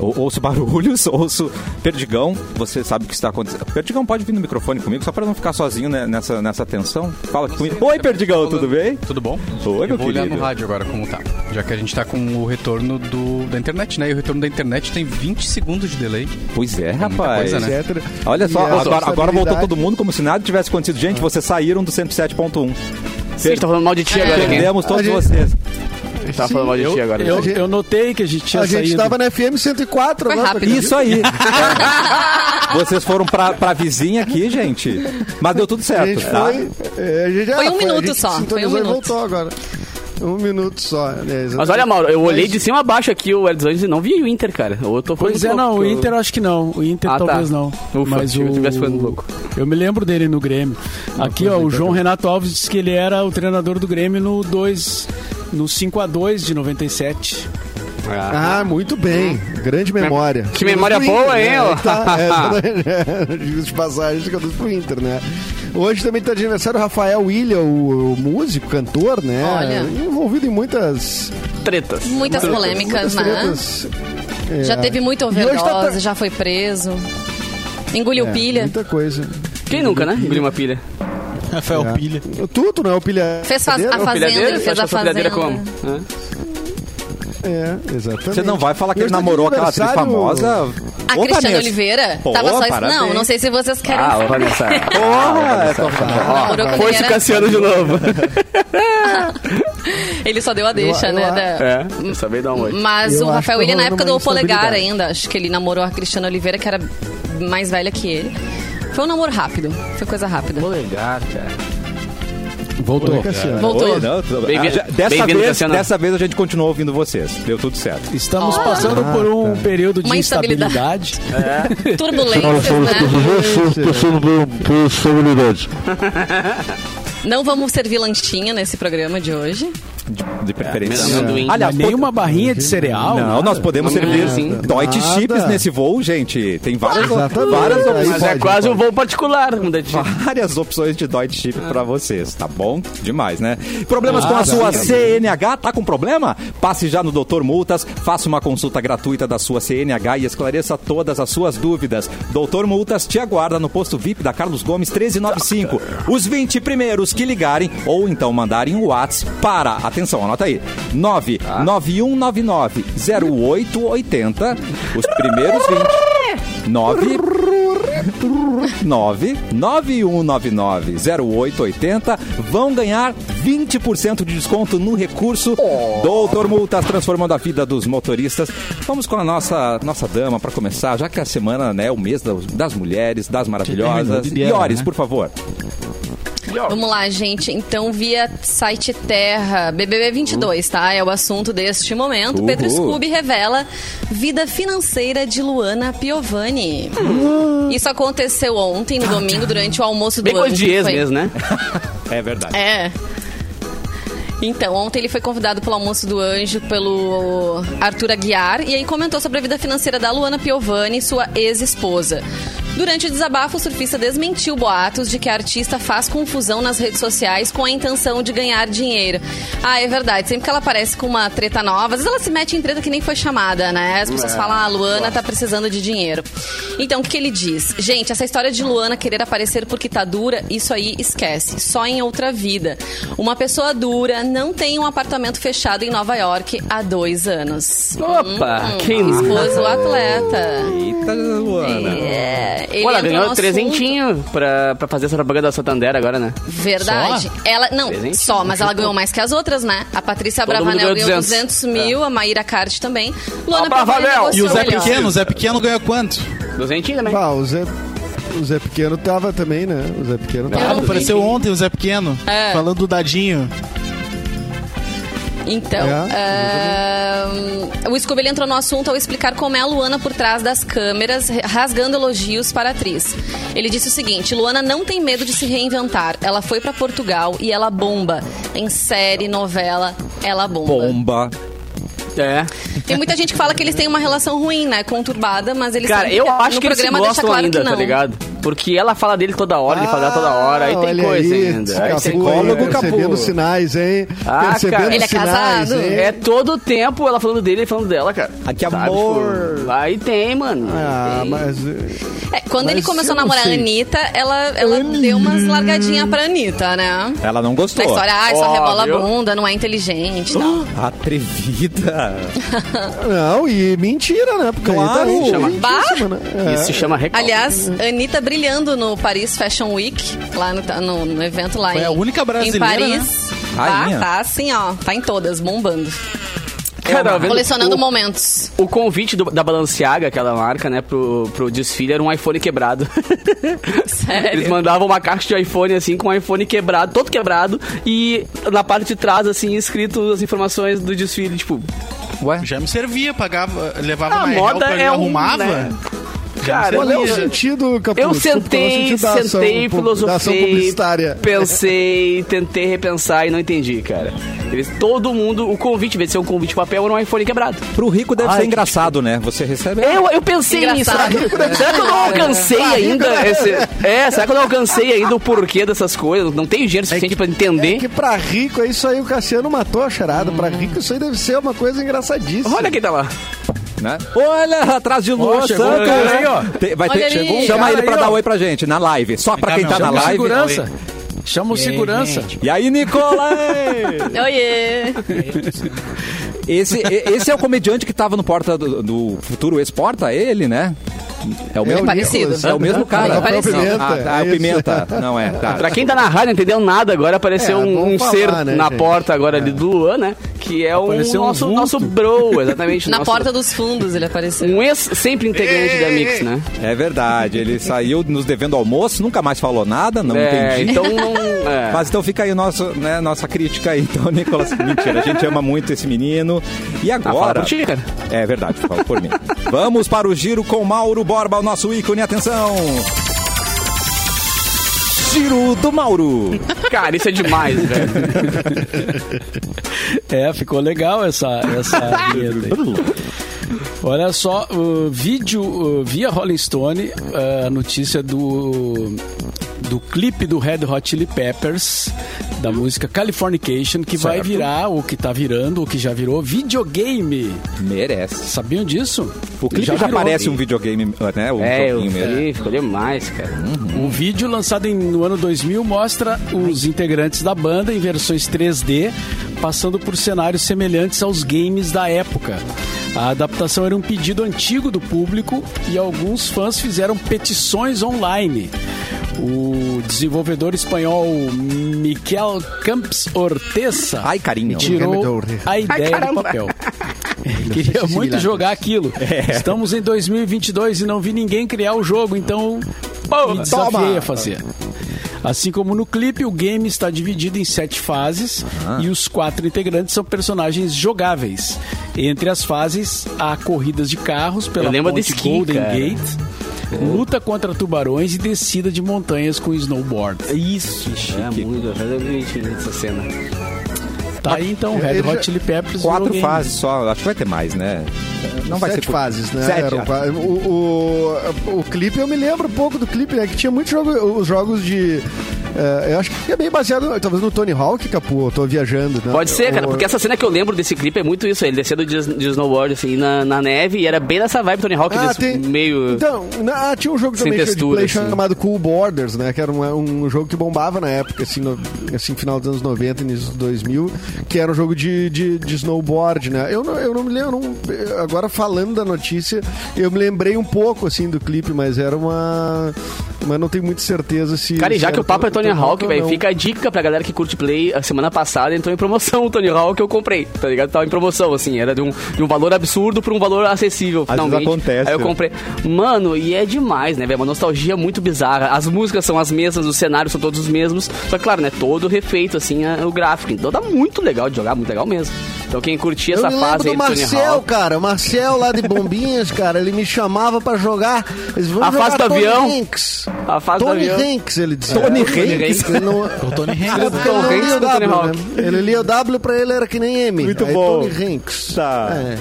Speaker 1: Ou- Ouço barulhos, ouço perdigão. Você sabe o que está acontecendo. Perdigão, pode vir no microfone comigo, só para não ficar sozinho né, nessa, nessa tensão. Fala aqui comigo. Oi, Perdigão, tudo bem?
Speaker 7: Tudo bom?
Speaker 1: Oi, meu
Speaker 7: tá Eu vou olhar
Speaker 1: querido.
Speaker 7: no rádio agora como tá. Já que a gente tá com o retorno do, da internet, né? E o retorno da internet tem 20 segundos de delay.
Speaker 1: Pois é,
Speaker 7: muita
Speaker 1: rapaz.
Speaker 7: coisa, né?
Speaker 6: Etc.
Speaker 1: Olha só,
Speaker 6: E a
Speaker 1: agora, agora voltou
Speaker 6: responsabilidade- Ah.
Speaker 1: todo mundo como se nada tivesse acontecido. Gente, vocês saíram do 107.1.
Speaker 5: Vocês tá falando mal de
Speaker 6: É.
Speaker 5: ti agora, quem?
Speaker 1: Perdemos todos
Speaker 6: gente-
Speaker 1: vocês.
Speaker 5: Tá falando mal de ti agora.
Speaker 2: Eu,
Speaker 6: A gente-
Speaker 2: eu notei que a gente tinha
Speaker 6: A gente
Speaker 2: saído.
Speaker 6: estava na FM 104.
Speaker 3: Foi
Speaker 6: nossa,
Speaker 3: rápido.
Speaker 6: acredita?
Speaker 1: Isso aí. É. vocês foram pra, pra vizinha aqui, gente. Mas deu tudo
Speaker 6: A
Speaker 1: certo,
Speaker 6: gente
Speaker 1: tá?
Speaker 6: foi... é, a gente-
Speaker 3: Foi um
Speaker 6: a
Speaker 3: minuto
Speaker 6: gente
Speaker 3: só, foi um
Speaker 6: sintonizou e
Speaker 3: minuto.
Speaker 6: voltou agora. Um minuto só. né,
Speaker 5: Mas olha, Mauro, eu olhei
Speaker 6: Mas-
Speaker 5: de cima a baixo aqui o Hélio dos Anjos e não vi o Inter, cara. Ou eu tô falando
Speaker 2: Pois é,
Speaker 5: louco,
Speaker 2: não, o
Speaker 5: eu-
Speaker 2: Inter eu acho que não. O Inter
Speaker 5: Ah, tá.
Speaker 2: talvez não.
Speaker 5: Ufa,
Speaker 2: mas
Speaker 5: achei
Speaker 2: o...
Speaker 5: que eu tivesse falando louco. Ah, é,
Speaker 2: Eu me lembro dele no Grêmio. Aqui, ó,
Speaker 5: então
Speaker 2: o
Speaker 5: tá.
Speaker 2: João Renato Alves disse que ele era o treinador do Grêmio no 2 no 5 a 2 de 97.
Speaker 6: Ah, muito bem. Grande memória.
Speaker 5: Que memória boa, hein, ó?
Speaker 6: É, Tá, é, exatamente. Diga-se de passagem que eu dou pro Inter, né? Hoje também tá de aniversário o Rafael William, o, o músico, cantor, né?
Speaker 3: Olha.
Speaker 6: Envolvido em muitas...
Speaker 5: Tretas.
Speaker 3: Muitas polêmicas,
Speaker 6: muitas
Speaker 3: né?
Speaker 6: tretas. É.
Speaker 3: Já teve muita
Speaker 6: hoje tá
Speaker 3: overdose,
Speaker 6: tra-
Speaker 3: já foi preso. Engoliu
Speaker 6: É,
Speaker 3: pilha.
Speaker 6: Muita coisa.
Speaker 5: Quem nunca, né? Engoliu uma pilha.
Speaker 7: Rafael Pilha.
Speaker 6: Tudo, não é o pilha...
Speaker 3: Fez faz- a fazenda, ele
Speaker 5: Pilhadeira? Você
Speaker 3: fez
Speaker 5: acha
Speaker 3: a
Speaker 5: que pilhadeira
Speaker 3: fazenda.
Speaker 5: como?
Speaker 6: É, exatamente.
Speaker 1: Você não vai falar que ele
Speaker 6: E hoje tá de
Speaker 1: namorou aquela atriz
Speaker 6: aniversário-
Speaker 1: famosa?
Speaker 3: A
Speaker 1: Ô,
Speaker 3: Cristiane
Speaker 1: Vanessa.
Speaker 3: Oliveira
Speaker 1: Pô,
Speaker 3: tava só.
Speaker 1: parabéns.
Speaker 3: Não, não sei Ah, se vocês querem
Speaker 5: Ah,
Speaker 3: saber.
Speaker 5: olha essa.
Speaker 1: Porra, é tua-
Speaker 3: Namorou quando
Speaker 5: Foi
Speaker 3: ele,
Speaker 5: se
Speaker 3: era...
Speaker 5: Cassiano de novo.
Speaker 3: ele só deu a deixa,
Speaker 6: eu
Speaker 3: né?
Speaker 6: acho-
Speaker 3: da-
Speaker 5: É, eu sabia dar um oi.
Speaker 3: Mas
Speaker 6: Eu
Speaker 3: o
Speaker 6: acho
Speaker 3: Rafael
Speaker 6: que tá
Speaker 3: William, na
Speaker 6: rolando
Speaker 3: época
Speaker 6: uma
Speaker 3: do Polegar
Speaker 6: instabilidade.
Speaker 3: ainda, acho que ele namorou a Cristiana Oliveira, que era mais velha que ele. Foi um namoro rápido, foi coisa rápida.
Speaker 5: Legal, cara.
Speaker 2: Voltou.
Speaker 6: Cassiano.
Speaker 3: Voltou.
Speaker 1: Oi, não, tudo-
Speaker 5: Bem-vindo.
Speaker 1: Ah, já- dessa,
Speaker 5: Bem-vindo,
Speaker 1: vez,
Speaker 5: Cassiano.
Speaker 1: dessa vez a gente continuou ouvindo vocês. Deu tudo certo.
Speaker 2: Estamos passando por um período de
Speaker 3: Uma instabilidade.
Speaker 2: instabilidade.
Speaker 3: Turbulências, né? Não vamos servir lanchinha nesse programa de hoje.
Speaker 1: De,
Speaker 3: É,
Speaker 1: de preferência.
Speaker 5: Mesmo
Speaker 2: é.
Speaker 5: amendoim.
Speaker 1: Aliás,
Speaker 2: Mas nenhuma barrinha de cereal. né?
Speaker 1: Não,
Speaker 2: nada.
Speaker 1: nós podemos
Speaker 5: Nada.
Speaker 1: servir
Speaker 5: Nada.
Speaker 1: Deutsche Chips nesse voo, gente. Tem várias,
Speaker 6: Exatamente.
Speaker 1: várias,
Speaker 6: Aí
Speaker 1: opções,
Speaker 5: Mas é
Speaker 6: pode,
Speaker 5: quase
Speaker 6: pode.
Speaker 5: um voo particular. um da-
Speaker 2: Ah.
Speaker 1: várias opções de Deutsche Chip pra vocês, tá bom? Demais, né? Problemas com a sua CNH? Tá com problema? Passe já no Doutor Multas, faça uma consulta gratuita da sua CNH e esclareça todas as suas dúvidas. Doutor Multas te aguarda no posto VIP da Carlos Gomes 1395. Os 20 primeiros que ligarem ou então mandarem o WhatsApp para a atenção, anota aí. 99199-0880. Os primeiros 20. 9. 9 9199 0880 vão ganhar 20% de desconto no recurso. Doutor Multas transformando a vida dos motoristas. Vamos com a nossa nossa dama para começar, já que a semana né, é o mês das, das mulheres, das maravilhosas.
Speaker 4: Tem Lidiana,
Speaker 1: Iores,
Speaker 4: né?
Speaker 1: por favor.
Speaker 3: Vamos lá, gente. Então, via site Terra, BBB 22, tá? É o assunto deste momento.
Speaker 1: Uhul.
Speaker 3: Pedro Scooby revela vida financeira de Luana Piovani. Isso aconteceu ontem, no domingo, durante o almoço do
Speaker 5: Hum. Bem coisa
Speaker 3: ano,
Speaker 5: de
Speaker 3: que
Speaker 5: ex
Speaker 3: foi-
Speaker 5: mesmo, né?
Speaker 1: É verdade.
Speaker 3: É. Então, ontem ele foi convidado pelo Almoço do Anjo pelo Arthur Aguiar e aí comentou sobre a vida financeira da Luana Piovani, sua ex-esposa. Durante o desabafo, o surfista desmentiu boatos de que a artista faz confusão nas redes sociais com a intenção de ganhar dinheiro. Ah, é verdade. Sempre que ela aparece com uma treta nova, às vezes ela se mete em treta que nem foi chamada, né? As
Speaker 5: É.
Speaker 3: pessoas falam, ah, a Luana tá precisando de dinheiro. Então, o que que ele diz? Gente, essa história de Luana querer aparecer porque tá dura, isso aí esquece. Só em outra vida. Uma pessoa dura não tem um apartamento fechado em Nova York há dois anos. Hum,
Speaker 5: Opa, quem não?
Speaker 3: Esposo atleta.
Speaker 1: Eita, Luana.
Speaker 3: É, ele entrou
Speaker 5: Olha,
Speaker 3: no
Speaker 5: ganhou
Speaker 3: assunto-
Speaker 5: trezentinho pra, pra fazer essa propaganda da Santander agora, né?
Speaker 3: Verdade. Ela, não,
Speaker 5: Presente?
Speaker 3: só, mas ela ganhou mais que as outras, né? A Patrícia
Speaker 5: Todo mundo
Speaker 3: Bravanel
Speaker 5: ganhou É.
Speaker 3: ganhou 200,
Speaker 5: 200
Speaker 3: mil, a Maíra Card também. Luana
Speaker 5: A Bravanel!
Speaker 4: E o
Speaker 3: negociou
Speaker 4: Zé
Speaker 3: é melhor.
Speaker 4: Pequeno, o Zé Pequeno ganha quanto?
Speaker 5: Duzentinho também.
Speaker 6: Ah, o Zé, o Zé Pequeno tava também, né? O Zé Pequeno
Speaker 3: Eu
Speaker 4: Ah,
Speaker 3: não
Speaker 6: tava.
Speaker 4: apareceu ontem o Zé Pequeno,
Speaker 3: É.
Speaker 4: falando do dadinho.
Speaker 3: Então,
Speaker 6: É,
Speaker 4: É.
Speaker 3: ahn, o Scooby ele entrou no assunto ao explicar como é a Luana por trás das câmeras, rasgando elogios para a atriz. Ele disse o seguinte: Luana não tem medo de se reinventar. Ela foi para Portugal e ela bomba. Em série, novela, ela bomba.
Speaker 1: Bomba.
Speaker 5: É.
Speaker 3: Tem muita gente que fala que eles têm uma relação ruim, né? Conturbada, mas eles
Speaker 5: Cara,
Speaker 3: sempre-
Speaker 5: eu acho
Speaker 3: no
Speaker 5: que eles se
Speaker 3: programa deixa
Speaker 5: gostam
Speaker 3: claro
Speaker 5: ainda,
Speaker 3: que não.
Speaker 5: tá ligado? Porque ela fala dele toda hora, ele fala dela toda hora, aí tem
Speaker 6: olha
Speaker 5: coisa
Speaker 6: aí,
Speaker 5: ainda. Aí tem
Speaker 6: Capu,
Speaker 5: coisa.
Speaker 6: hein?
Speaker 1: Capu.
Speaker 6: Percebendo sinais, hein?
Speaker 5: Ah, cara.
Speaker 6: Percebendo
Speaker 3: Ele é
Speaker 6: sinais,
Speaker 3: casado?
Speaker 6: hein?
Speaker 5: É todo tempo ela falando dele e falando dela, cara.
Speaker 1: Ah, que
Speaker 5: Sabe,
Speaker 1: amor.
Speaker 5: tipo, aí tem, mano.
Speaker 6: Ah,
Speaker 5: Tem.
Speaker 6: mas...
Speaker 3: É, quando ele
Speaker 6: Mas
Speaker 3: começou a
Speaker 6: eu não
Speaker 3: namorar a
Speaker 6: sei.
Speaker 3: Anitta, ela, ela deu umas largadinhas pra Anitta, né?
Speaker 1: Ela não
Speaker 3: Na
Speaker 1: gostou.
Speaker 3: história, ai, só
Speaker 5: Ó,
Speaker 3: rebola
Speaker 5: viu? Ah,
Speaker 3: a bunda, não é inteligente. Não.
Speaker 1: Atrevida.
Speaker 6: Não, e mentira, né? Porque
Speaker 1: Claro.
Speaker 6: aí tá
Speaker 5: Chama-
Speaker 6: mentiríssima, né? É.
Speaker 5: Isso né? se chama recalque.
Speaker 3: Aliás, Anitta brilhando no Paris Fashion Week, lá no, no- no evento lá
Speaker 4: Foi
Speaker 3: em,
Speaker 4: a única brasileira, né?
Speaker 3: em Paris. Tá,
Speaker 1: Rainha.
Speaker 3: tá assim, ó. Tá em todas, bombando.
Speaker 5: Cara, vendo
Speaker 3: Colecionando
Speaker 5: o,
Speaker 3: momentos.
Speaker 5: o convite do- da Balenciaga, aquela marca, né, pro, pro desfile era um iPhone quebrado.
Speaker 3: Sério?
Speaker 5: Eles mandavam uma caixa de iPhone, assim, com um iPhone quebrado, todo quebrado, e na parte de trás, assim, escrito as informações do desfile, tipo,
Speaker 1: Ué?
Speaker 4: Já me servia, pagava, levava
Speaker 5: A
Speaker 4: na
Speaker 5: moda
Speaker 4: Europa,
Speaker 5: é um,
Speaker 4: arrumava.
Speaker 5: né?
Speaker 4: Já me
Speaker 5: Cara,
Speaker 4: servia.
Speaker 6: Qual é o sentido, Capu?
Speaker 5: Eu
Speaker 6: Desculpa, qual é o
Speaker 5: sentei,
Speaker 6: sentido da ação
Speaker 5: sentei,
Speaker 6: pub- Da ação
Speaker 5: filosofei,
Speaker 6: publicitária.
Speaker 5: pensei, tentei repensar e não entendi, cara. Eles- todo mundo, o convite, em vez de ser um convite de papel, era um iPhone quebrado.
Speaker 1: Pro rico deve
Speaker 5: Ai,
Speaker 1: ser
Speaker 5: que É,
Speaker 1: engraçado, né? Você recebe.
Speaker 5: Eu, eu pensei
Speaker 3: Engraçado.
Speaker 5: nisso. Será que- Será que eu não alcancei ainda
Speaker 6: né?
Speaker 5: esse... É, será que eu não alcancei ainda o porquê dessas coisas? Não tenho dinheiro suficiente pra entender.
Speaker 6: É Que pra rico é isso aí, o Cassiano matou a charada. Pra
Speaker 1: Hum.
Speaker 6: rico isso aí deve ser uma coisa engraçadíssima. É
Speaker 5: Olha quem tá lá.
Speaker 1: né? Olha, atrás de Luan
Speaker 7: chegou um
Speaker 1: Santos. né?
Speaker 7: cara aí, ó.
Speaker 1: Tem- vai
Speaker 3: Olha
Speaker 1: ter,
Speaker 3: ali.
Speaker 1: chegou um
Speaker 7: Chegou um
Speaker 1: chama
Speaker 7: cara
Speaker 1: ele
Speaker 7: aí,
Speaker 1: pra
Speaker 7: ó.
Speaker 1: dar oi pra gente, na live. Só pra quem
Speaker 4: cá,
Speaker 1: tá na
Speaker 4: meu. Chama
Speaker 7: o
Speaker 1: live.
Speaker 7: segurança.
Speaker 2: Chama o segurança.
Speaker 1: E aí, Nicola?
Speaker 3: Oiê!
Speaker 1: esse, e- esse é o comediante que tava no Porta do, do Futuro Ex-Porta, ele, né? É o
Speaker 6: É
Speaker 1: mesmo,
Speaker 6: o
Speaker 3: parecido.
Speaker 6: Nicolas,
Speaker 1: é o mesmo
Speaker 6: né?
Speaker 1: cara.
Speaker 6: É o próprio
Speaker 3: Parecido.
Speaker 6: Pimenta.
Speaker 1: Ah, tá, é o
Speaker 6: isso.
Speaker 1: Pimenta. Não é, tá.
Speaker 5: Pra quem tá na rádio não entendeu nada, agora apareceu
Speaker 6: É,
Speaker 5: um,
Speaker 6: vamos
Speaker 5: um
Speaker 6: falar,
Speaker 5: ser
Speaker 6: né,
Speaker 5: na
Speaker 6: gente?
Speaker 5: porta agora ali do Luan, né? Que é o
Speaker 2: Apareceu um
Speaker 5: nosso,
Speaker 2: vulto.
Speaker 5: nosso bro, exatamente.
Speaker 3: Na
Speaker 5: nosso-
Speaker 3: porta dos fundos ele apareceu.
Speaker 5: Um ex sempre integrante da Mix, né?
Speaker 1: É verdade, ele saiu nos devendo almoço, nunca mais falou nada, não
Speaker 5: é,
Speaker 1: entendi.
Speaker 5: então não. É.
Speaker 1: Mas então fica aí o nosso, né, nossa crítica aí, então, Nicolas. Mentira, a gente ama muito esse menino. E
Speaker 7: Tá
Speaker 5: Ah, fala
Speaker 1: agora.
Speaker 5: por ti, cara.
Speaker 1: É verdade, fala por mim. Vamos para o giro com Mauro Borba, o nosso ícone. Atenção! Giro do Mauro.
Speaker 5: Cara, isso é demais, velho.
Speaker 2: É, ficou legal essa, essa vinheta aí. Olha só, o vídeo uh, via Rolling Stone, uh, a notícia do, do clipe do Red Hot Chili Peppers, da música Californication, que vai virar, ou que tá virando, ou que já virou, videogame.
Speaker 1: Merece.
Speaker 2: Sabiam disso?
Speaker 1: O clipe já,
Speaker 2: virou.
Speaker 1: parece um videogame, né? Um
Speaker 5: É, eu
Speaker 1: joguinho mesmo.
Speaker 5: vi, ficou demais, cara.
Speaker 2: O vídeo lançado em- no ano 2000 mostra os integrantes da banda em versões 3D passando por cenários semelhantes aos games da época. A adaptação era um pedido antigo do público e alguns fãs fizeram petições online. O desenvolvedor espanhol Miquel Camps Orteza
Speaker 1: Ai, carinho.
Speaker 2: tirou a ideia do
Speaker 8: caramba.
Speaker 2: papel. Queria muito jogar aquilo.
Speaker 5: É.
Speaker 2: Estamos em 2022 e não vi ninguém criar o jogo, então me desafiei a fazer. Assim como no clipe, o game está dividido em sete fases e os quatro integrantes são personagens jogáveis. Entre as fases, há corridas de carros pela
Speaker 5: Eu lembro
Speaker 2: ponte
Speaker 5: desse Ki,
Speaker 2: Golden
Speaker 5: cara. É.
Speaker 2: Gate, luta contra tubarões e descida de montanhas com snowboard.
Speaker 5: Isso, É muito, eu vi essa cena.
Speaker 2: Tá aí então, Red
Speaker 6: Ele já-
Speaker 2: Hot Chili Peppers
Speaker 1: Quatro
Speaker 2: videogame.
Speaker 1: fases só, acho que vai ter mais, né? Não vai
Speaker 6: Sete
Speaker 1: ser.
Speaker 6: fases, né?
Speaker 1: Sete,
Speaker 6: Eram
Speaker 1: ah.
Speaker 6: fa- o, o, o clipe, eu me lembro um pouco do clipe, né? Que tinha muitos jogos, os jogos de... eh, eu acho que é bem baseado, talvez, no Tony Hawk, Capu. Eu tô viajando, né?
Speaker 5: Pode ser, cara,
Speaker 6: O-
Speaker 5: porque essa cena que eu lembro desse clipe é muito isso, ele descendo de, de snowboard, assim, na, na neve, e era bem nessa vibe Tony Hawk,
Speaker 6: Ah,
Speaker 5: desse
Speaker 6: tem...
Speaker 5: meio...
Speaker 6: Então, na- ah, tinha um jogo
Speaker 5: Sem
Speaker 6: também que eu de
Speaker 5: textura,
Speaker 6: play
Speaker 5: assim.
Speaker 6: chamado Cool Borders, né? Que era um, um jogo que bombava na época, assim, no, assim, final dos anos 90, início dos 2000, que era um jogo de, de, de snowboard, né? Eu não, eu não me lembro, eu não- agora falando da notícia, eu me lembrei um pouco, assim, do clipe, mas era uma... Mas não tenho muita certeza se...
Speaker 5: Cara, e
Speaker 6: se
Speaker 5: já
Speaker 6: era
Speaker 5: que o papo é Tony Hawk,
Speaker 6: ou
Speaker 5: velho,
Speaker 6: não.
Speaker 5: fica a dica pra galera que curte play. A semana passada entrou em promoção o Tony Hawk, eu comprei, tá ligado? Tava em promoção, assim, era de um, de um valor absurdo pra um valor acessível,
Speaker 1: Às vezes
Speaker 5: finalmente.
Speaker 1: acontece,
Speaker 5: Aí eu
Speaker 1: né?
Speaker 5: comprei. Mano, e é demais, né, velho? Uma nostalgia muito bizarra. As músicas são as mesmas, os cenários são todos os mesmos. Só que, claro, né, todo refeito, assim, a- o gráfico. Então tá muito legal de jogar, muito legal mesmo. Então quem curtir
Speaker 6: Eu
Speaker 5: essa
Speaker 6: me
Speaker 5: fase
Speaker 6: lembro
Speaker 5: aí
Speaker 6: do
Speaker 5: do Tony
Speaker 6: Marcel,
Speaker 5: Hawk...
Speaker 6: cara. O Marcel lá de Bombinhas, cara, ele me chamava pra jogar. Eles vão
Speaker 5: A
Speaker 6: jogar
Speaker 5: fase do
Speaker 6: Tony
Speaker 5: avião.
Speaker 6: Hanks.
Speaker 5: A fase do
Speaker 6: Tony
Speaker 5: avião.
Speaker 6: Hanks, ele dizia.
Speaker 1: Tony
Speaker 5: Hanks?
Speaker 6: Ele não... O
Speaker 4: Tony Hanks.
Speaker 6: É porque ele não
Speaker 5: Tom Hanks
Speaker 6: lia o
Speaker 5: do Tony
Speaker 6: W,
Speaker 5: Hawk.
Speaker 6: né? Ele lia o W pra ele era que nem M.
Speaker 1: Muito
Speaker 6: Aí
Speaker 1: bom.
Speaker 6: Tony Hanks.
Speaker 1: Tá.
Speaker 6: É.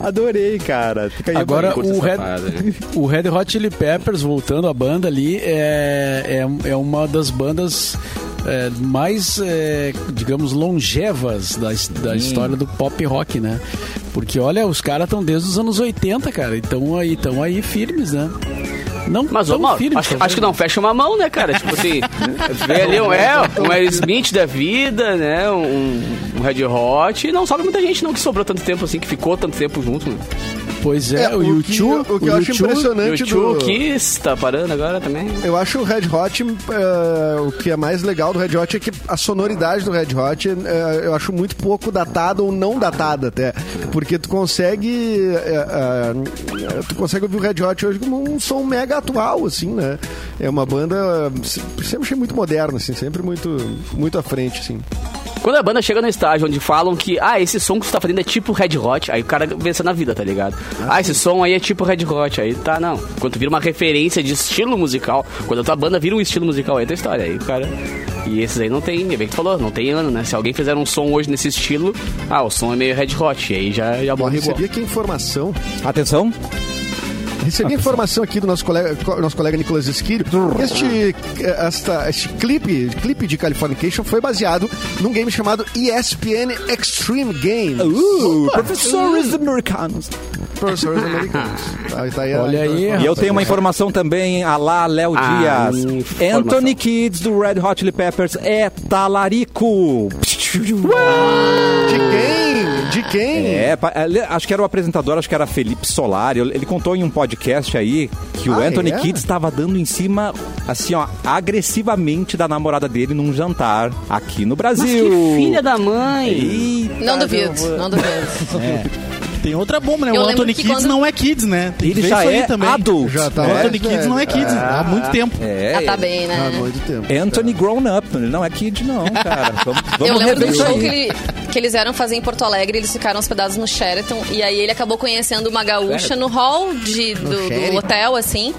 Speaker 1: Adorei, cara. Fica aí a
Speaker 2: Agora
Speaker 1: dica.
Speaker 2: o Red, o Red Hot Chili Peppers, voltando à banda ali, é, é, é uma das bandas é, mais, é, digamos, longevas da, his- da história do pop rock, né? Porque olha, os caras estão desde os anos 80, cara, então aí, tão aí firmes, né? Não
Speaker 5: Mas, ô,
Speaker 2: tão
Speaker 5: Mauro,
Speaker 2: firmes,
Speaker 5: acho,
Speaker 2: talvez.
Speaker 5: acho que não fecha uma mão, né, cara? Tipo assim, vê ali um, é, um Aerosmith da vida, né? Um, um Red Hot. E não sobra muita gente, não, que sobrou tanto tempo assim, que ficou tanto tempo junto. mano.
Speaker 2: Pois é,
Speaker 6: É,
Speaker 2: o
Speaker 6: o que-
Speaker 2: YouTube. é
Speaker 6: o que eu acho
Speaker 5: E o
Speaker 6: impressionante
Speaker 5: Tio
Speaker 6: do-
Speaker 5: Kiss tá parando agora também.
Speaker 6: Eu acho o Red Hot, eh, o que é mais legal do Red Hot é que a sonoridade do Red Hot eh, eu acho muito pouco datada ou não datada até. Porque tu consegue. eh, ah, tu consegue ouvir o Red Hot hoje como um som mega atual, assim, né? É uma banda. eh, se- Sempre achei muito moderna, assim, sempre muito, muito à frente, assim.
Speaker 5: Quando a banda chega no estágio onde falam que, ah, esse som que você tá fazendo é tipo Red Hot, aí o cara pensa na vida, tá ligado? Ah, esse som aí é tipo Red Hot, aí tá, não. Quando tu vira uma referência de estilo musical, quando a tua banda vira um estilo musical, aí é tua história, aí o cara... E esses aí não tem, é bem que tu falou, não tem ano, né? Se alguém fizer um som hoje nesse estilo, ah, o som é meio Red Hot, e aí já, já
Speaker 6: Bom,
Speaker 5: morre igual.
Speaker 6: recebi aqui a informação.
Speaker 1: Atenção.
Speaker 6: Recebi informação aqui do nosso colega, co- nosso colega Nicolas Esquilho. Este, eh, esta, este clipe, clipe de Californication foi baseado num game chamado ESPN Extreme Games.
Speaker 1: Uh, professores americanos.
Speaker 6: Professores americanos. Tá, tá aí a
Speaker 2: Olha aí,
Speaker 6: informação.
Speaker 1: E eu tenho uma informação também, alá Léo
Speaker 5: Ah,
Speaker 1: Dias.
Speaker 5: informação.
Speaker 1: Anthony Kids do Red Hot Chili Peppers é talarico.
Speaker 6: De quem? De quem?
Speaker 1: É, pa- ele- acho que era o apresentador, acho que era Felipe Solari. Ele contou em um podcast aí que o
Speaker 6: Ah,
Speaker 1: Anthony
Speaker 6: é?
Speaker 1: Kidd estava dando em cima, assim, ó, agressivamente da namorada dele num jantar aqui no
Speaker 5: Mas
Speaker 1: Brasil.
Speaker 5: que filha da mãe!
Speaker 1: Eita,
Speaker 3: Não duvido, não duvido.
Speaker 4: Tem outra bomba, né?
Speaker 3: Eu
Speaker 4: o
Speaker 3: lembro
Speaker 4: Anthony
Speaker 3: que
Speaker 4: Kids
Speaker 3: quando-
Speaker 4: não é Kids, né? Tem que
Speaker 1: Ele
Speaker 4: ver
Speaker 1: já
Speaker 4: isso aí
Speaker 1: é
Speaker 4: também.
Speaker 1: adulto.
Speaker 6: Já tá
Speaker 4: O
Speaker 1: né?
Speaker 4: Anthony Kids não é Kids, há muito tempo.
Speaker 1: É,
Speaker 3: Ah, tá bem, né?
Speaker 6: Há muito tempo.
Speaker 1: Anthony grown up, ele não é kid não, cara. Vamos,
Speaker 3: Eu
Speaker 1: vamos
Speaker 3: lembro
Speaker 1: rever
Speaker 3: do
Speaker 1: isso
Speaker 3: show
Speaker 1: aí.
Speaker 3: que, ele- que eles eram fazer em Porto Alegre, eles ficaram hospedados no Sheraton. E aí ele acabou conhecendo uma gaúcha no hall de, do, do hotel, assim.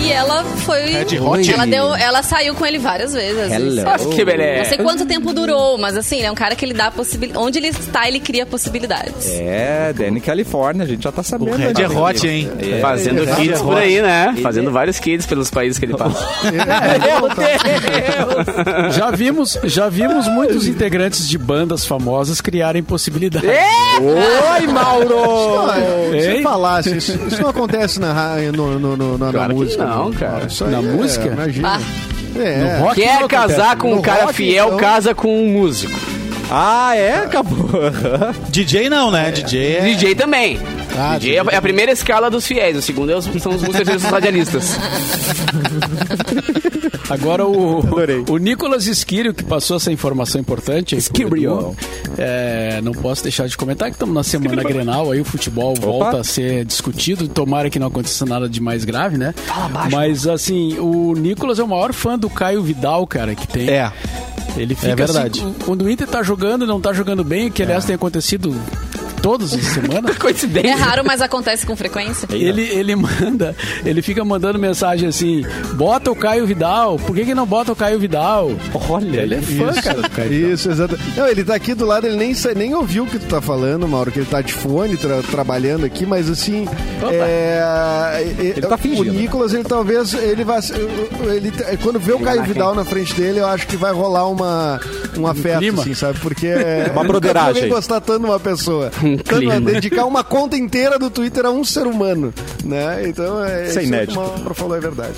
Speaker 3: E ela foi.
Speaker 4: Red Hot.
Speaker 3: Ela, deu, ela saiu com ele várias vezes. Assim.
Speaker 1: Hello.
Speaker 5: Nossa, que beleza.
Speaker 3: Não sei quanto tempo durou, mas assim, ele é um cara que ele dá possibilidades. Onde ele está, ele cria possibilidades.
Speaker 1: É, Danny California, a gente já tá sabendo.
Speaker 4: O Red
Speaker 1: né?
Speaker 4: é hot, hein?
Speaker 5: Fazendo
Speaker 6: Red
Speaker 5: kids
Speaker 6: Hot.
Speaker 5: por aí, né? Fazendo vários kids pelos países que ele passa.
Speaker 6: Tá.
Speaker 5: É,
Speaker 2: Já vimos, já vimos muitos integrantes de bandas famosas criarem possibilidades.
Speaker 5: É,
Speaker 1: Oi, Mauro!
Speaker 6: Olha, se
Speaker 2: Ei.
Speaker 6: falasse, isso, isso não acontece na, ra- no, no, no- na,
Speaker 5: Claro
Speaker 6: na
Speaker 5: que
Speaker 6: música.
Speaker 5: não,
Speaker 6: né?
Speaker 5: cara.
Speaker 6: Isso aí
Speaker 2: Na
Speaker 6: é,
Speaker 2: música?
Speaker 6: Imagina.
Speaker 3: Ah.
Speaker 6: É.
Speaker 2: No rock?
Speaker 5: Quer casar com um
Speaker 6: No
Speaker 5: cara
Speaker 6: rock,
Speaker 5: fiel,
Speaker 6: então.
Speaker 5: casa com um músico.
Speaker 1: Ah, é? Acabou.
Speaker 4: DJ não, né? DJ é...
Speaker 5: DJ também.
Speaker 4: Ah,
Speaker 5: DJ é a- é a primeira escala dos fiéis, o segundo é os- são os músicos e os radialistas.
Speaker 2: Agora o,
Speaker 1: Adorei.
Speaker 2: o Nicolas Esquírio, que passou essa informação importante. aí pro
Speaker 5: Esquirio.
Speaker 2: Edu, é, não posso deixar de comentar que estamos na semana Grenal, aí o futebol volta a ser discutido. Tomara que não aconteça nada de mais grave, né? Mas assim, o Nicolas é o maior fã do Caio Vidal, cara, que tem.
Speaker 4: É.
Speaker 2: Ele fica
Speaker 4: verdade. É.
Speaker 2: assim, quando o Inter tá jogando e não tá jogando bem, que aliás tem acontecido todas as semanas.
Speaker 4: Tá
Speaker 5: Coincidência.
Speaker 3: É raro, mas acontece com frequência.
Speaker 2: Ele, ele manda, ele fica mandando mensagem assim: bota o Caio Vidal, por que, que não bota o Caio Vidal? Olha, ele é fã, cara. do Caio Vidal.
Speaker 6: Isso, exato. Não, ele tá aqui do lado, ele nem, sa- nem ouviu o que tu tá falando, Mauro, que ele tá de fone, tra- trabalhando aqui, mas assim. é, é,
Speaker 1: Ele tá fingindo,
Speaker 6: O Nicolas, ele talvez. Ele vai. Ele, tá- quando vê o Caio Vidal na frente dele, eu acho que vai rolar uma, um afeto,
Speaker 2: clima.
Speaker 6: assim, sabe? Porque.
Speaker 1: Uma
Speaker 6: É, eu nunca vi
Speaker 1: broderagem.
Speaker 6: alguém gostar tanto de uma pessoa. Tanto
Speaker 5: clima.
Speaker 6: a dedicar uma conta inteira do Twitter a um ser humano, né? Então é.
Speaker 1: Isso é inédito.
Speaker 6: Isso que o Mauro falou é verdade.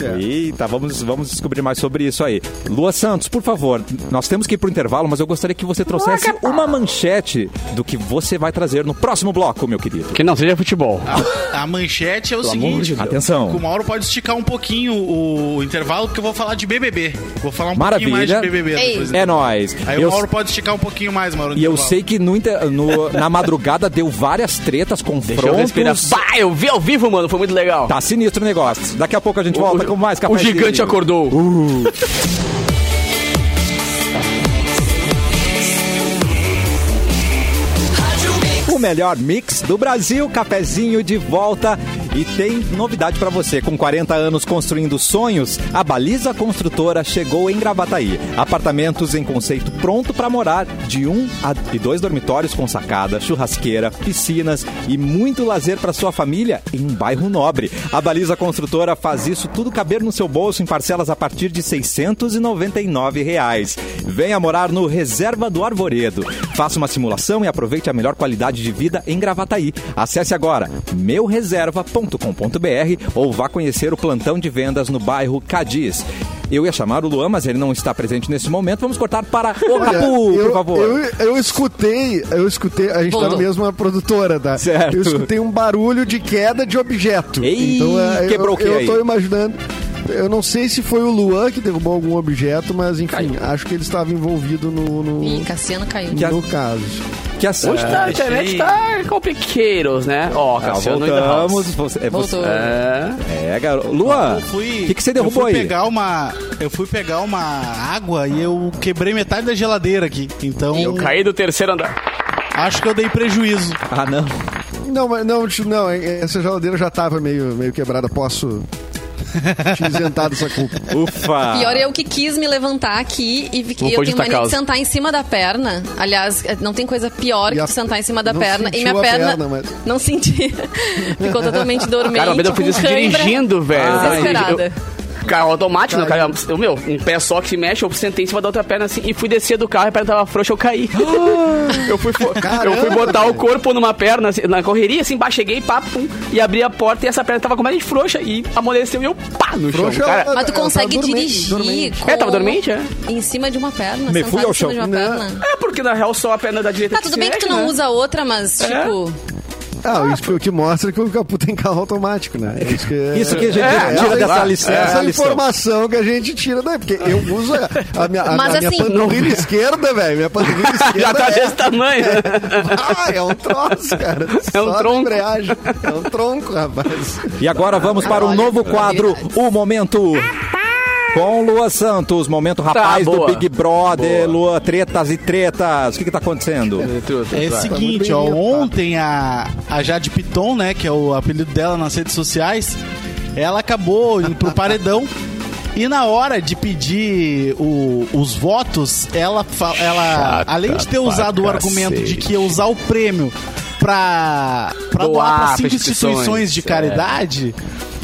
Speaker 6: É.
Speaker 1: Eita, vamos, vamos descobrir mais sobre isso aí. Lua Santos, por favor, nós temos que ir pro intervalo, mas eu gostaria que você trouxesse uma manchete do que você vai trazer no próximo bloco, meu querido.
Speaker 5: Que não seja futebol.
Speaker 4: A manchete é o
Speaker 1: amor de
Speaker 4: seguinte.
Speaker 1: Deus. Atenção.
Speaker 4: O Mauro pode esticar um pouquinho o intervalo, porque eu vou falar de BBB. Vou falar um pouquinho mais de
Speaker 1: Maravilha.
Speaker 4: BBB.
Speaker 3: Ei.
Speaker 4: depois, né?
Speaker 1: É nóis.
Speaker 4: Aí
Speaker 1: Eu-
Speaker 4: o Mauro pode esticar um pouquinho mais, Mauro. no
Speaker 1: e eu
Speaker 4: intervalo.
Speaker 1: sei que no inter- no- na madrugada deu várias tretas,
Speaker 5: Deixa eu respirar.
Speaker 1: confrontos.
Speaker 5: Bah, eu vi ao vivo, mano, foi muito legal.
Speaker 1: Tá sinistro o negócio. Daqui a pouco a gente volta com mais
Speaker 5: O
Speaker 1: cafezinho.
Speaker 5: gigante acordou.
Speaker 1: O melhor mix do Brasil, cafezinho de volta e tem novidade pra você. Com 40 anos construindo sonhos, a Baliza Construtora chegou em Gravataí. Apartamentos em conceito pronto pra morar, de um a e dois dormitórios com sacada, churrasqueira, piscinas e muito lazer pra sua família em um bairro nobre. A Baliza Construtora faz isso tudo caber no seu bolso em parcelas a partir de R$ 699 reais. Venha morar no Reserva do Arvoredo. Faça uma simulação e aproveite a melhor qualidade de vida em Gravataí. Acesse agora meureserva.com.br ou vá conhecer o plantão de vendas no bairro Cadiz. Eu ia chamar o Luan, mas ele não está presente nesse momento. Vamos cortar para o
Speaker 6: Olha,
Speaker 1: Capu,
Speaker 6: eu,
Speaker 1: por favor.
Speaker 6: Eu, eu escutei, eu escutei, a gente tá na
Speaker 3: Voltou.
Speaker 6: mesma produtora, tá?
Speaker 1: Certo.
Speaker 6: Eu escutei um barulho de queda de objeto.
Speaker 1: Ei,
Speaker 6: é, eu-
Speaker 1: quebrou o
Speaker 6: eu,
Speaker 1: quê aí?
Speaker 6: tô imaginando. Eu não sei se foi o Luan que derrubou algum objeto, mas enfim, acho que ele estava envolvido no, no,
Speaker 3: Ih, Cassiano caiu.
Speaker 1: Que a-
Speaker 6: no caso.
Speaker 1: Que assim,
Speaker 5: Hoje tá, a internet tá compliqueiros, né? Ó,
Speaker 4: Tá
Speaker 1: Ah,
Speaker 5: Cassiano ainda
Speaker 1: voltamos.
Speaker 5: house.
Speaker 1: Você, é, você,
Speaker 3: Voltou.
Speaker 5: É.
Speaker 1: é, garoto. Luan,
Speaker 4: Eu fui-
Speaker 1: o que, que você
Speaker 4: eu
Speaker 1: derrubou
Speaker 4: fui
Speaker 1: aí?
Speaker 4: Pegar uma, eu fui pegar uma água e eu quebrei metade da geladeira aqui. Então,
Speaker 5: Eu caí do terceiro andar.
Speaker 4: acho que eu dei prejuízo.
Speaker 1: Ah, não.
Speaker 6: Não, mas não, tio, não, é, essa geladeira já estava meio, meio quebrada, posso te isentar dessa culpa.
Speaker 1: Ufa.
Speaker 3: Pior é eu que quis me levantar aqui e fiquei-
Speaker 5: Ah. Não
Speaker 3: eu
Speaker 5: foi
Speaker 3: tenho
Speaker 5: justa
Speaker 3: mania
Speaker 5: causa.
Speaker 3: de sentar em cima da perna. Aliás, eh, não tem coisa pior
Speaker 6: E
Speaker 3: que
Speaker 6: a-
Speaker 3: tu sentar em cima da
Speaker 6: não
Speaker 3: perna. E
Speaker 6: sentiu
Speaker 3: minha
Speaker 6: a
Speaker 3: perna,
Speaker 6: perna, mas-
Speaker 3: não senti. Ficou totalmente dormente.
Speaker 5: Cara, uma vez eu
Speaker 3: com
Speaker 5: fiz isso
Speaker 6: um
Speaker 3: cãibra.
Speaker 5: dirigindo, velho. assim, Eu tava
Speaker 3: Desesperada.
Speaker 5: dirigindo- eu- Carro automático, não, cara. Eu, meu, um pé só que se mexe, eu sentei em cima da outra perna assim e fui descer do carro e a perna tava frouxa, eu caí.
Speaker 6: Ah!
Speaker 5: eu, fui, fo- eu fui botar o corpo numa perna, assim, na correria, assim, bah, cheguei, pá, pum, e abri a porta e essa perna tava completamente frouxa e amoleceu e eu pá no chão.
Speaker 6: Frouxa,
Speaker 5: Cara,
Speaker 3: Mas tu
Speaker 6: Ela tá
Speaker 3: consegue
Speaker 6: tava dormente,
Speaker 3: dirigir.
Speaker 6: dormente.
Speaker 3: com-
Speaker 5: É, tava dormente, é?
Speaker 3: Em cima de uma perna.
Speaker 1: Me
Speaker 3: sentado
Speaker 1: fui ao
Speaker 3: em cima
Speaker 1: chão.
Speaker 3: De uma
Speaker 6: Não.
Speaker 3: perna.
Speaker 5: é porque na real só a perna da
Speaker 6: É.
Speaker 5: direita
Speaker 3: Tá, tudo bem que tu
Speaker 5: mexe,
Speaker 3: não
Speaker 5: né?
Speaker 3: usa outra, mas, tipo...
Speaker 6: Ah, isso foi o que mostra que o Capu tem carro automático, né? Isso que, é-
Speaker 1: Isso que a gente
Speaker 5: É,
Speaker 1: tira
Speaker 5: é,
Speaker 1: dessa
Speaker 5: é,
Speaker 1: lição.
Speaker 6: Essa
Speaker 1: essa
Speaker 6: é a
Speaker 1: lição.
Speaker 6: informação que a gente tira, né? Porque eu uso a, a minha, a,
Speaker 3: Mas
Speaker 6: a minha
Speaker 3: assim-
Speaker 6: panturrilha esquerda, velho. Minha panturrilha esquerda.
Speaker 5: Já tá
Speaker 6: é-
Speaker 5: desse tamanho.
Speaker 6: Ah, é um troço, cara.
Speaker 5: É um
Speaker 6: Só de
Speaker 5: tronco.
Speaker 6: embreagem. É um tronco, rapaz.
Speaker 1: E agora vamos para um
Speaker 3: Olha,
Speaker 1: novo
Speaker 3: novidades.
Speaker 1: quadro, o Momento. Com Lua Santos, momento rapaz do
Speaker 5: Tá boa.
Speaker 1: Big Brother, Lua, tretas e tretas. O que, que tá acontecendo?
Speaker 4: É o seguinte, ó, ontem a, a Jade Piton, né, que é o apelido dela nas redes sociais, ela acabou indo pro paredão. E na hora de pedir o- os votos, ela, fa- ela além de ter usado o argumento de que ia usar o prêmio pra, pra
Speaker 5: Doar
Speaker 4: doar pra
Speaker 5: pra
Speaker 4: cinco instituições de
Speaker 5: instituições, é.
Speaker 4: caridade,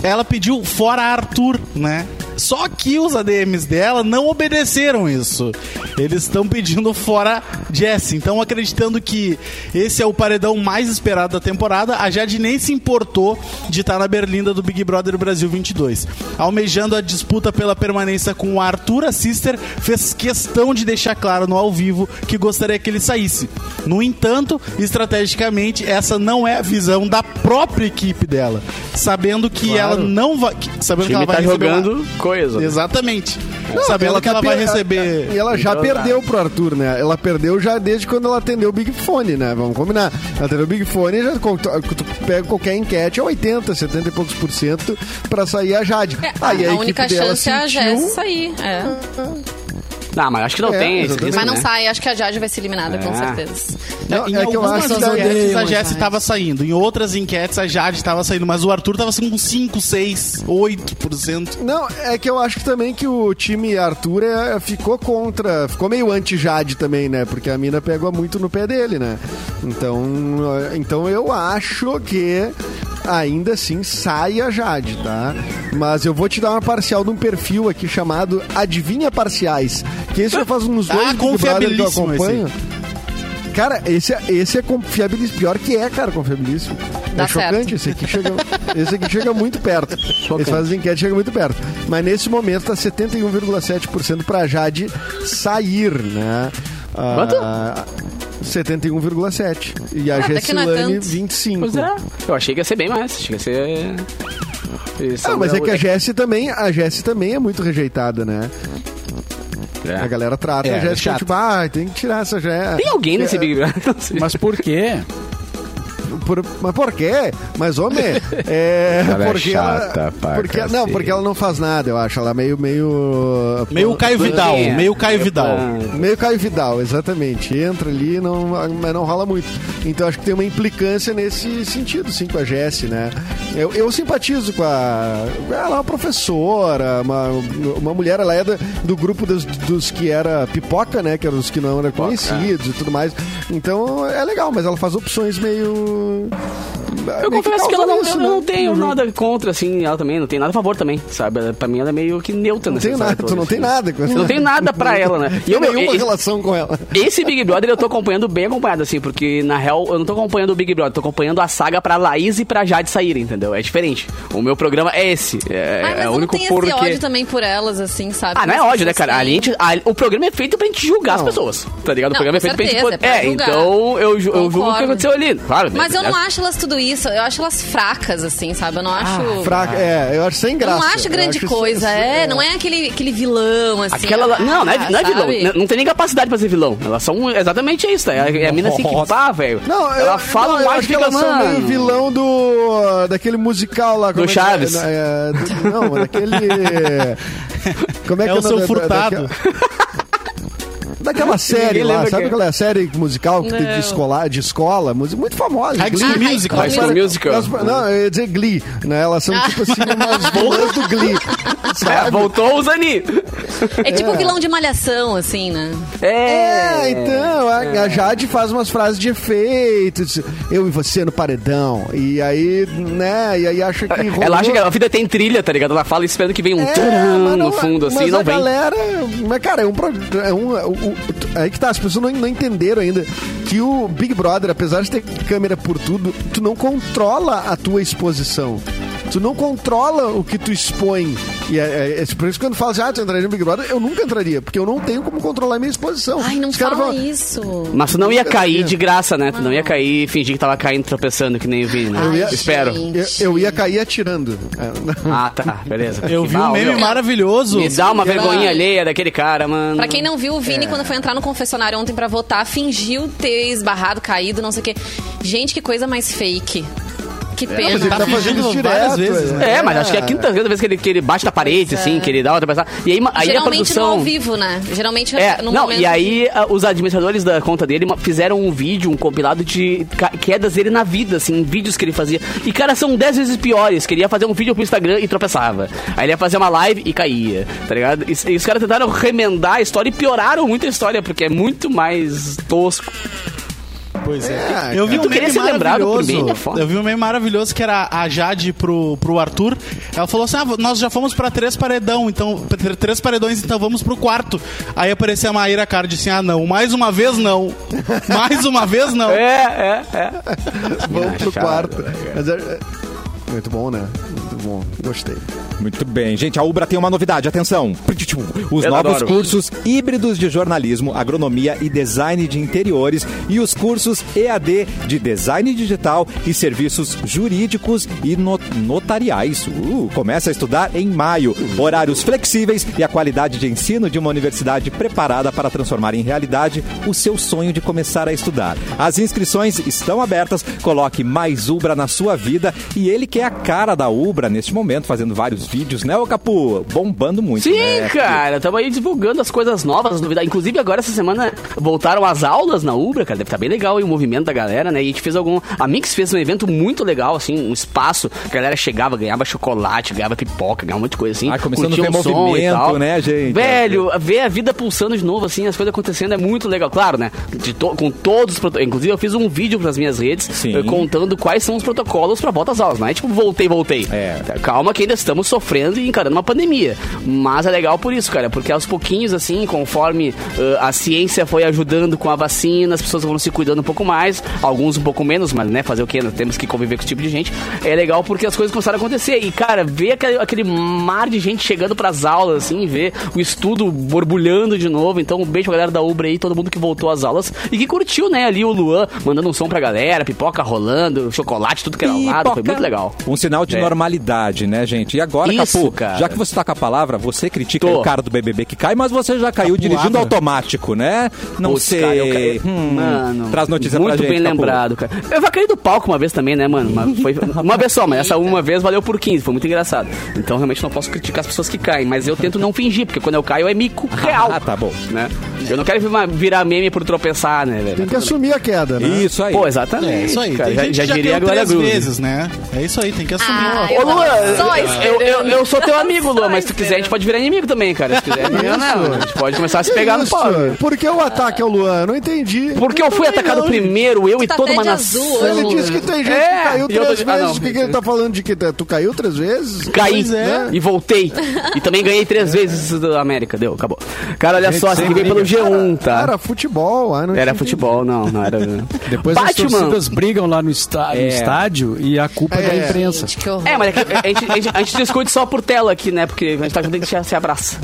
Speaker 4: ela pediu fora Arthur, né? Só que os ADMs dela não obedeceram isso. Eles estão pedindo fora Jesse. Então, acreditando que esse é o paredão mais esperado da temporada, a Jade nem se importou de estar na berlinda do Big Brother Brasil 22. Almejando a disputa pela permanência com o Arthur, a Sister fez questão de deixar claro no ao vivo que gostaria que ele saísse. No entanto, estrategicamente, essa não é a visão da própria equipe dela. Sabendo que ela não vai. que-
Speaker 5: O
Speaker 4: Sabendo que
Speaker 5: time
Speaker 4: ela vai
Speaker 5: tá
Speaker 4: receber uma-
Speaker 5: jogando coisa.
Speaker 4: Exatamente.
Speaker 6: Não,
Speaker 4: Sabendo que ela
Speaker 6: tá
Speaker 4: vai
Speaker 6: per-
Speaker 4: receber.
Speaker 6: E ela já
Speaker 5: Então tá.
Speaker 6: perdeu pro Arthur, né? Ela perdeu já desde quando ela atendeu o Big Fone, né? Vamos combinar. Ela atendeu o Big Fone e já co- tu tu pega qualquer enquete, é 80, 70 e poucos por cento pra sair a Jade.
Speaker 3: É,
Speaker 6: Tá, Aí
Speaker 3: a,
Speaker 6: equipe
Speaker 3: única
Speaker 6: dela
Speaker 3: chance é a
Speaker 6: sentiu- Ah.
Speaker 3: Jess sair. é.
Speaker 5: Não, mas acho que não
Speaker 6: É,
Speaker 5: tem esse
Speaker 6: exatamente.
Speaker 5: risco,
Speaker 3: Mas não
Speaker 5: né?
Speaker 3: sai, acho que a Jade vai ser eliminada, com
Speaker 5: É.
Speaker 3: certeza.
Speaker 6: Não,
Speaker 4: né, em
Speaker 6: é que eu
Speaker 4: algumas
Speaker 6: acho que
Speaker 4: das
Speaker 6: a-
Speaker 4: enquetes a
Speaker 3: odeiam,
Speaker 4: Jess
Speaker 3: mas-
Speaker 4: estava saindo. Em outras enquetes a Jade estava saindo, mas o Arthur estava saindo com 5, 6, 8%.
Speaker 6: Não, é que eu acho que também que o time Arthur é- ficou contra, ficou meio anti-Jade também, né? Porque a mina pegou muito no pé dele, né? Então, eh, então eu acho que ainda assim sai a Jade, tá? Mas eu vou te dar uma parcial de um perfil aqui chamado Adivinha Parciais, que esse já faz uns
Speaker 4: Ah,
Speaker 6: dois Big Brother que eu
Speaker 4: confiabilíssimo esse aí.
Speaker 6: acompanho. Cara, esse, é- esse é confiabilíssimo. Pior que é, cara, confiabilíssimo.
Speaker 3: Dá
Speaker 6: é chocante.
Speaker 3: certo.
Speaker 6: Esse aqui, chega, esse aqui chega muito perto. Eles fazem enquete, chega muito perto. Mas nesse momento tá 71,7% pra Jade sair, né? Ah, 71,7. E a
Speaker 3: Ah, até que não é
Speaker 6: Gessilane,
Speaker 3: tanto.
Speaker 6: 25.
Speaker 5: Pois é. Eu achei que ia ser bem mais. Achei que ia ser. Isso,
Speaker 6: Ah, mas é que a Jessi também, a Jessi também é muito rejeitada, né?
Speaker 5: É.
Speaker 6: A galera trata
Speaker 4: É,
Speaker 6: a Jéssica
Speaker 4: chato.
Speaker 6: tipo, ah, tem que tirar essa É, Jéssica.
Speaker 5: Tem alguém nesse Big Brother? Não sei.
Speaker 2: Mas por quê?
Speaker 6: Por- mas por quê? Mas, homem, é.
Speaker 7: Ela é
Speaker 6: porque
Speaker 7: chata pra
Speaker 6: porque, Não,
Speaker 7: cacete.
Speaker 6: porque ela não faz nada, eu acho. Ela é meio. Meio,
Speaker 4: Meio Caio Vidal,
Speaker 5: É.
Speaker 4: meio Caio Vidal.
Speaker 6: meio Caio Vidal, exatamente. Entra ali, não, mas não rola muito. Então acho que tem uma implicância nesse sentido, sim, com a Jessi, né? Eu, eu simpatizo com a. Ela é uma professora, uma, uma mulher, ela é da- do grupo dos, dos que era pipoca, né? Que eram os que não eram conhecidos e tudo mais. Então é legal, mas ela faz opções meio.
Speaker 5: Eu confesso que ela não, eu
Speaker 6: né?
Speaker 5: não tenho
Speaker 6: Uhum.
Speaker 5: nada contra, assim, ela também, não tem nada a favor também, sabe? Ela- Pra mim ela é meio que neutra
Speaker 6: Não
Speaker 5: nessa
Speaker 6: tem
Speaker 5: história
Speaker 6: nada,
Speaker 5: toda,
Speaker 6: tu não
Speaker 5: assim.
Speaker 6: tem nada com
Speaker 5: Eu não tenho nada pra ela, né? E
Speaker 6: Eu
Speaker 5: eu,
Speaker 6: tenho
Speaker 5: meu,
Speaker 6: nenhuma
Speaker 5: e-
Speaker 6: relação com ela.
Speaker 5: esse Big Brother eu tô acompanhando bem acompanhado, assim, porque na real eu não tô acompanhando o Big Brother, tô acompanhando a saga pra Laís e pra Jade saírem, entendeu? É diferente. O meu programa é esse.
Speaker 3: Ai,
Speaker 5: É,
Speaker 3: Ah, mas
Speaker 5: é o
Speaker 3: eu não
Speaker 5: único
Speaker 3: tenho
Speaker 5: porquê.
Speaker 3: esse ódio também por elas, assim, sabe?
Speaker 5: Ah, não é
Speaker 3: Mas
Speaker 5: ódio, né, cara? A
Speaker 3: assim,
Speaker 5: gente, a- o programa é feito pra gente julgar
Speaker 6: Não.
Speaker 5: as pessoas, tá ligado? O
Speaker 3: Não,
Speaker 5: programa é
Speaker 3: com
Speaker 5: feito pra
Speaker 3: certeza,
Speaker 5: gente. poder-
Speaker 3: é pra
Speaker 5: é,
Speaker 3: julgar.
Speaker 5: então eu, ju- eu julgo o que
Speaker 3: Concordo.
Speaker 5: aconteceu ali, claro.
Speaker 3: Mas eu não
Speaker 5: né?
Speaker 3: acho elas tudo isso. Eu acho elas fracas, assim, sabe? Eu
Speaker 5: Ah,
Speaker 3: não acho.
Speaker 6: Fraca, é, eu acho sem
Speaker 3: Eu
Speaker 6: graça.
Speaker 3: não acho
Speaker 6: Eu
Speaker 3: grande
Speaker 6: acho isso-
Speaker 3: coisa,
Speaker 6: isso-
Speaker 3: é, Não é aquele, aquele vilão, assim.
Speaker 5: Aquela.
Speaker 3: ah,
Speaker 5: não, não é, não é vilão.
Speaker 3: sabe?
Speaker 5: N- Não tem nem capacidade pra ser vilão. Elas são exatamente isso, tá? É a mina se equipar, velho.
Speaker 6: Não, eu-
Speaker 5: Ela fala
Speaker 6: não, eu
Speaker 5: mais
Speaker 6: acho que
Speaker 5: e fica,
Speaker 6: elas são
Speaker 5: mano.
Speaker 6: meio vilão do daquele musical lá. como é que é?
Speaker 5: Chaves.
Speaker 6: É, do- não, daquele... Como é,
Speaker 4: É
Speaker 6: que
Speaker 4: o seu
Speaker 6: nome da- da-
Speaker 4: furtado.
Speaker 6: daquela- Daquela série
Speaker 5: Ninguém
Speaker 6: lá,
Speaker 5: lembra
Speaker 6: sabe
Speaker 5: quem é.
Speaker 6: aquela série musical que tem de
Speaker 3: Não.
Speaker 6: escola, de escola, mu- muito famosa.
Speaker 4: High
Speaker 6: inclusive.
Speaker 4: School
Speaker 3: Ah,
Speaker 4: Musical.
Speaker 5: High School Musical.
Speaker 6: Elas- não, eu ia dizer Glee, né? Elas são tipo assim umas vilãs do Glee.
Speaker 5: É, voltou o Zani.
Speaker 3: É tipo o vilão de malhação, assim, né?
Speaker 5: É.
Speaker 6: É, então, a, a Jade faz umas frases de efeito. diz, Eu e você no paredão. E aí, né? E aí acha que. rolou-
Speaker 5: Ela acha que a vida tem trilha, tá ligado? Ela fala esperando que venha um
Speaker 6: É,
Speaker 5: tcharam
Speaker 6: mas não-
Speaker 5: no fundo, assim,
Speaker 6: mas
Speaker 5: e não
Speaker 6: a
Speaker 5: vem.
Speaker 6: galera. Mas, cara, é um. pro- É um é um- aí que tá, as pessoas não, não entenderam ainda que o Big Brother, apesar de ter câmera por tudo, tu não controla a tua exposição. Tu não controla o que tu expõe. E é, é- é por isso que quando fala assim, ah, tu entraria no Big Brother, eu nunca entraria, porque eu não tenho como controlar a minha exposição.
Speaker 3: Ai, não
Speaker 6: Os caras
Speaker 3: fala
Speaker 6: falam,
Speaker 3: isso.
Speaker 5: Mas tu não ia
Speaker 6: assim,
Speaker 5: cair de graça, né? Tu não ia cair e fingir que tava caindo, tropeçando, que nem o Vini, né?
Speaker 6: Eu ia-
Speaker 5: Espero.
Speaker 6: Eu, eu ia cair atirando. É.
Speaker 5: Ah, tá, beleza.
Speaker 4: Eu
Speaker 5: Que
Speaker 4: vi um
Speaker 5: mal,
Speaker 4: meme
Speaker 5: meu.
Speaker 4: maravilhoso.
Speaker 5: é. Me dá uma
Speaker 3: Ela-
Speaker 5: vergonhinha alheia daquele cara, mano.
Speaker 3: Pra quem não viu, o
Speaker 5: é.
Speaker 3: Vini, quando foi entrar no confessionário ontem pra votar, fingiu ter esbarrado, caído, não sei o quê. Gente, que coisa mais fake. Que pena.
Speaker 6: ele
Speaker 4: tá
Speaker 6: fazendo
Speaker 4: fingindo
Speaker 6: isso
Speaker 4: várias vezes,
Speaker 6: é.
Speaker 4: né?
Speaker 5: É, mas acho que é a quinta quinta vez que ele, que ele bate na parede, assim, que ele dá outra passada. E aí, ma- aí a
Speaker 3: É. Geralmente
Speaker 5: produção.
Speaker 3: no ao vivo, né? Geralmente
Speaker 5: É,
Speaker 3: no
Speaker 5: não,
Speaker 3: momento.
Speaker 5: e aí a- os administradores da conta dele ma- fizeram um vídeo, um compilado de ca- quedas dele na vida, assim, vídeos que ele fazia. E, cara, são 10 vezes piores. Queria fazer um vídeo pro Instagram e tropeçava. Aí ele ia fazer uma live e caía, tá ligado? E, e os caras tentaram remendar a história e pioraram muito a história, porque é muito mais tosco.
Speaker 4: Pois é.
Speaker 6: É,
Speaker 4: eu vi
Speaker 5: cara.
Speaker 4: um
Speaker 5: Tu queria
Speaker 4: meme
Speaker 5: ser lembrado por
Speaker 4: maravilhoso.
Speaker 5: mim, é foda.
Speaker 4: eu vi um meme maravilhoso que era a Jade pro, pro Arthur. Ela falou assim: ah, nós já fomos pra três paredão, então. pra tr- Três paredões, então vamos pro quarto. Aí apareceu a Maíra Card assim: ah, não, mais uma vez não. Mais uma vez não.
Speaker 5: É, é, é.
Speaker 6: Vamos pro
Speaker 5: Inachável,
Speaker 6: quarto. Mas é- é- Muito bom, né? Muito bom. Gostei.
Speaker 1: Muito bem, gente. A Ubra tem uma novidade, atenção. Os
Speaker 5: Eu
Speaker 1: novos
Speaker 5: adoro.
Speaker 1: cursos híbridos de jornalismo, agronomia e design de interiores e os cursos EAD de design digital e serviços jurídicos e no- notariais. Uh, começa a estudar em maio. Horários flexíveis e a qualidade de ensino de uma universidade preparada para transformar em realidade o seu sonho de começar a estudar. As inscrições estão abertas. Coloque mais Ubra na sua vida e ele que é a cara da Ubra neste momento, fazendo vários vídeos, né, ô Capu? Bombando muito.
Speaker 5: Sim,
Speaker 1: né?
Speaker 5: cara, estamos aí divulgando as coisas novas, as novidades. Inclusive, agora essa semana voltaram as aulas na Ubra, cara. Deve estar bem legal aí o movimento da galera, né? E a gente fez algum. A Mix fez um evento muito legal, assim, um espaço. que A galera chegava, ganhava chocolate, ganhava pipoca, ganhava um monte de coisa assim.
Speaker 1: Ah, começando a
Speaker 5: curtia
Speaker 1: ter
Speaker 5: um som e
Speaker 1: movimento,
Speaker 5: tal. É,
Speaker 1: né, gente?
Speaker 5: Velho, ver a vida pulsando de novo, assim, as coisas acontecendo é muito legal. Claro, né? De to- com todos os proto- Inclusive, eu fiz um vídeo pras minhas redes
Speaker 1: Sim.
Speaker 5: eh, contando quais são os protocolos pra volta às aulas. Não é tipo, voltei, voltei. Tá,
Speaker 1: É.
Speaker 5: Calma que ainda estamos sofrendo e encarando uma pandemia. Mas é legal por isso, cara. Porque aos pouquinhos, assim, conforme ãh, a ciência foi ajudando com a vacina, as pessoas vão se cuidando um pouco mais, alguns um pouco menos, mas, né, fazer o quê? Nós temos que conviver com esse tipo de gente. É legal porque as coisas começaram a acontecer. E, cara, ver aquele, aquele mar de gente chegando pras aulas, assim, ver o estudo borbulhando de novo. Então, um beijo pra galera da Ubra aí, todo mundo que voltou às aulas e que curtiu, né, ali o Luan mandando um som pra galera, pipoca rolando, chocolate, tudo que era ao lado. Foi
Speaker 1: Pipoca.
Speaker 5: muito legal.
Speaker 1: Um sinal de
Speaker 5: É.
Speaker 1: normalidade, né, gente? E agora,
Speaker 5: Isso,
Speaker 1: Capu,
Speaker 5: cara.
Speaker 1: já que você tá com a palavra, você critica
Speaker 5: Tô.
Speaker 1: o cara do BBB que cai, mas você já caiu dirigindo automático, né? Não
Speaker 5: Putz,
Speaker 1: sei.
Speaker 5: cara, eu caí-
Speaker 1: Hum,
Speaker 5: Mano,
Speaker 1: traz notícia
Speaker 5: muito
Speaker 1: pra gente, tá
Speaker 5: bem
Speaker 1: Capu.
Speaker 5: lembrado, cara. Eu já caí do palco uma vez também, né, mano? Mas foi uma vez só, mas essa uma vez valeu por 15, foi muito engraçado. Então realmente não posso criticar as pessoas que caem, mas eu tento não fingir, porque quando eu caio é mico real.
Speaker 1: Ah, tá bom.
Speaker 5: Né? Eu não quero vir- virar meme por tropeçar, né, velho?
Speaker 6: Tem que assumir a queda, né?
Speaker 1: Isso aí.
Speaker 5: Pô, exatamente.
Speaker 4: É isso aí.
Speaker 5: cara.
Speaker 4: tem
Speaker 5: já,
Speaker 4: gente
Speaker 5: já
Speaker 4: que já
Speaker 5: diria
Speaker 4: caiu
Speaker 5: agora
Speaker 4: três
Speaker 5: Groove.
Speaker 4: vezes, né? É isso aí, tem que assumir.
Speaker 3: Ah,
Speaker 5: Ô,
Speaker 3: eu
Speaker 5: Luan,
Speaker 3: tava só
Speaker 5: eu, eu,
Speaker 3: esperando.
Speaker 5: eu sou teu amigo, Luan,
Speaker 3: Só
Speaker 5: mas se tu quiser, a gente pode virar inimigo também, cara. Se quiser, não,
Speaker 6: Isso.
Speaker 5: não, a gente pode começar a se
Speaker 6: Que
Speaker 5: pegar no
Speaker 6: isso?
Speaker 5: pau. né?
Speaker 6: Por que o ataque ao Luan? Eu Não entendi.
Speaker 5: Porque eu fui atacado primeiro, eu e
Speaker 3: tá
Speaker 5: toda
Speaker 3: até
Speaker 5: uma
Speaker 3: de
Speaker 5: nação.
Speaker 3: azul hoje,
Speaker 6: Ele disse que tem gente
Speaker 5: É,
Speaker 6: que caiu
Speaker 5: e eu tô
Speaker 6: três
Speaker 5: de- ah,
Speaker 6: vezes.
Speaker 5: não.
Speaker 6: O que, que ele tá falando de que tu caiu três vezes?
Speaker 5: Caí Né?
Speaker 6: Pois é.
Speaker 5: e voltei. E também ganhei três vezes da América. Deu, acabou. Cara, olha só, você que veio pelo G1, tá?
Speaker 6: Cara, futebol. ah, não
Speaker 5: Era
Speaker 6: entendi.
Speaker 5: futebol, não, não era.
Speaker 2: Depois as
Speaker 5: Batman.
Speaker 2: torcidas brigam lá no, está- no
Speaker 1: É.
Speaker 2: estádio e a culpa é da
Speaker 6: É.
Speaker 2: imprensa.
Speaker 3: Gente, que horror.
Speaker 5: É, mas é que a gente, a, gente, a gente discute só por tela aqui, né? Porque a gente tá junto, a gente se abraça.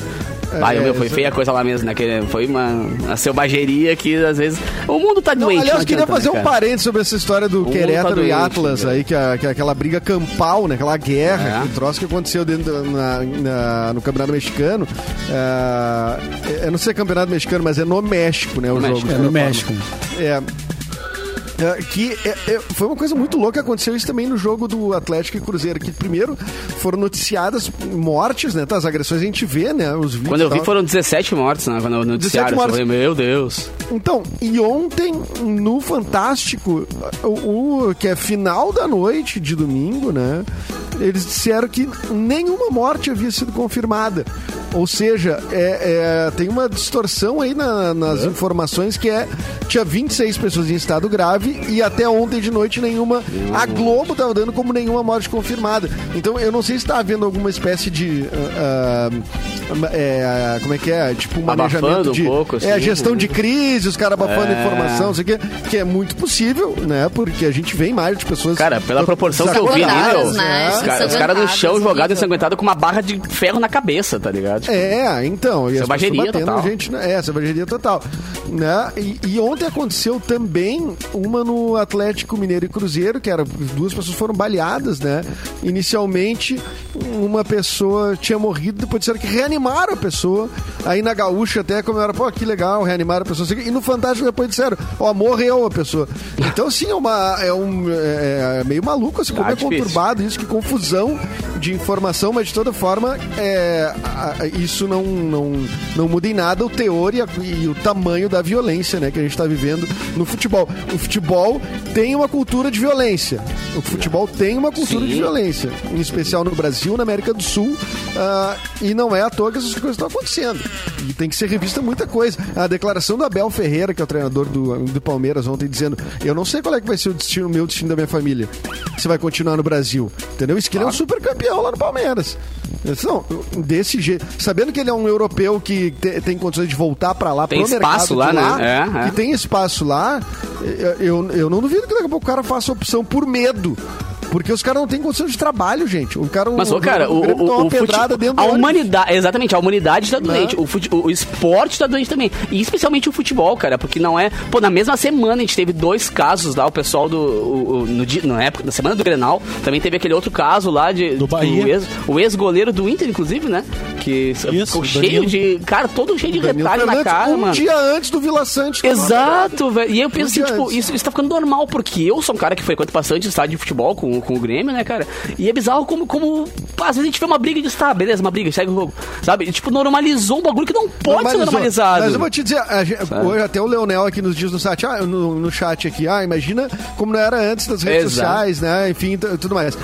Speaker 5: Vai, meu, foi feia a coisa lá mesmo, né? Que foi uma, uma selvageria que às vezes. O mundo tá doente,
Speaker 6: Aliás,
Speaker 5: não
Speaker 6: queria
Speaker 5: adianta,
Speaker 6: fazer
Speaker 5: né,
Speaker 6: um
Speaker 5: cara?
Speaker 6: parênteses sobre essa história do
Speaker 5: mundo
Speaker 6: Querétaro
Speaker 5: tá
Speaker 6: e
Speaker 5: doente,
Speaker 6: Atlas
Speaker 5: cara.
Speaker 6: aí, que, a- que a- aquela briga campal, né? Aquela guerra,
Speaker 5: É.
Speaker 6: que o troço que aconteceu dentro da- na- na- no Campeonato Mexicano. Ah, eu não sei se é Campeonato Mexicano, mas é no México, né? O
Speaker 5: No
Speaker 6: jogo.
Speaker 5: México.
Speaker 6: de
Speaker 2: É no
Speaker 6: qualquer
Speaker 2: México.
Speaker 6: forma. É. É, que é- é, foi uma coisa muito louca. Aconteceu isso também no jogo do Atlético e Cruzeiro, que primeiro foram noticiadas mortes, né? Tá, as agressões a gente vê, né? Os vídeos
Speaker 5: Quando eu
Speaker 6: e
Speaker 5: vi
Speaker 6: tal.
Speaker 5: foram 17 mortes, né? Quando eu noticiário, eu
Speaker 6: mortes.
Speaker 5: falei, meu Deus.
Speaker 6: Então, e ontem no Fantástico, o, o- que é final da noite de domingo, né? Eles disseram que nenhuma morte havia sido confirmada. Ou seja, é- é, tem uma distorção aí na- nas informações que é tinha 26 pessoas em estado grave e até ontem de noite nenhuma. A Globo estava dando como nenhuma morte confirmada. Então eu não sei se está havendo alguma espécie de. ah, ah, é, como é que é? Tipo um
Speaker 5: Abafando
Speaker 6: manejamento
Speaker 5: um
Speaker 6: de.
Speaker 5: pouco,
Speaker 6: é,
Speaker 5: assim.
Speaker 6: gestão de crise, os caras abafando
Speaker 5: É.
Speaker 6: informação, não sei o quê, que é muito possível, né? Porque a gente vê imagem de pessoas.
Speaker 5: Cara, pela proporção que eu vi, né, meu?
Speaker 3: Desacordados, né?
Speaker 5: Os caras os caras no chão
Speaker 3: Ensanguentados,
Speaker 5: jogados
Speaker 3: horrível.
Speaker 5: ensanguentados com uma barra de ferro na cabeça, tá ligado? Tipo,
Speaker 6: É, então, e as pessoas
Speaker 5: Selvageria
Speaker 6: batendo
Speaker 5: total.
Speaker 6: gente, né? é, selvageria total, né? E, e ontem aconteceu também uma no Atlético Mineiro e Cruzeiro, que era duas pessoas foram baleadas, né? Inicialmente uma pessoa tinha morrido, depois disseram que reanimaram a pessoa. Aí na Gaúcha até comemoraram, pô, que legal, reanimaram a pessoa. E no Fantástico depois disseram, ó, morreu a pessoa. Então assim, é uma é um é, é meio maluco assim, como
Speaker 5: Ah,
Speaker 6: é
Speaker 5: difícil.
Speaker 6: conturbado errado isso, que confusão de informação, mas de toda forma, é, a- a- isso não, não, não muda em nada o teor e, a- e o tamanho da violência né, que a gente está vivendo no futebol. O futebol tem uma cultura de violência. O futebol tem uma cultura
Speaker 5: Sim.
Speaker 6: de violência, em especial no Brasil, na América do Sul, ah, e não é à toa falou que essas coisas estão acontecendo. E tem que ser revista muita coisa. A declaração do Abel Ferreira, que é o treinador do, do Palmeiras, ontem, dizendo: Eu não sei qual é que vai ser o destino, meu destino da minha família. Se vai continuar no Brasil. Entendeu? Isso que ele é um super campeão lá no Palmeiras. Eu disse, Não, desse jeito. Sabendo que ele é um europeu que te- tem condições de voltar pra lá,
Speaker 5: Tem
Speaker 6: pro
Speaker 5: espaço
Speaker 6: mercado de
Speaker 5: lá,
Speaker 6: lá,
Speaker 5: né? É, é.
Speaker 6: que tem espaço lá, eh, eu, eu- eu não duvido que daqui a pouco o cara faça opção por medo. Porque os caras não têm condição de trabalho, gente. O cara,
Speaker 5: Mas,
Speaker 6: o,
Speaker 5: ô, cara,
Speaker 6: o
Speaker 5: o,
Speaker 6: Grêmio
Speaker 5: o,
Speaker 6: toma uma
Speaker 5: o fute-
Speaker 6: pedrada dentro do
Speaker 5: a
Speaker 6: ônibus. Né?
Speaker 5: humanidade, exatamente, a humanidade está doente, o, fute- o- o esporte está doente também, e especialmente o futebol, cara, porque não é, pô, na mesma semana a gente teve dois casos lá, o pessoal do, o- o- no dia, na época, na semana do Grenal, também teve aquele outro caso lá de,
Speaker 4: Do Bahia.
Speaker 5: o ex- o ex-goleiro do Inter, inclusive, né, que ficou
Speaker 4: o
Speaker 5: cheio
Speaker 4: Danilo.
Speaker 5: de, cara, todo cheio de
Speaker 6: Danilo
Speaker 5: retalho tá na
Speaker 6: Fernandes,
Speaker 5: cara,
Speaker 6: um
Speaker 5: mano.
Speaker 6: dia antes do Vila Sante. tomar uma
Speaker 5: Exato, velho. E eu penso assim,
Speaker 6: dia
Speaker 5: tipo,
Speaker 6: antes.
Speaker 5: isso, isso tá ficando normal, porque eu sou um cara que frequenta bastante estádio de futebol com, com o Grêmio, né, cara? E é bizarro como, como pá, às vezes a gente vê uma briga e diz, tá, beleza, uma briga, segue o jogo. Sabe? E, tipo, normalizou um bagulho que não pode ser
Speaker 6: Normalizou.
Speaker 5: normalizado.
Speaker 6: Mas eu vou te dizer, a gente- hoje até o Leonel aqui nos diz no chat, ah, no, no chat aqui, ah, imagina como não era antes das redes
Speaker 5: Exato.
Speaker 6: sociais, né? Enfim, t- tudo mais.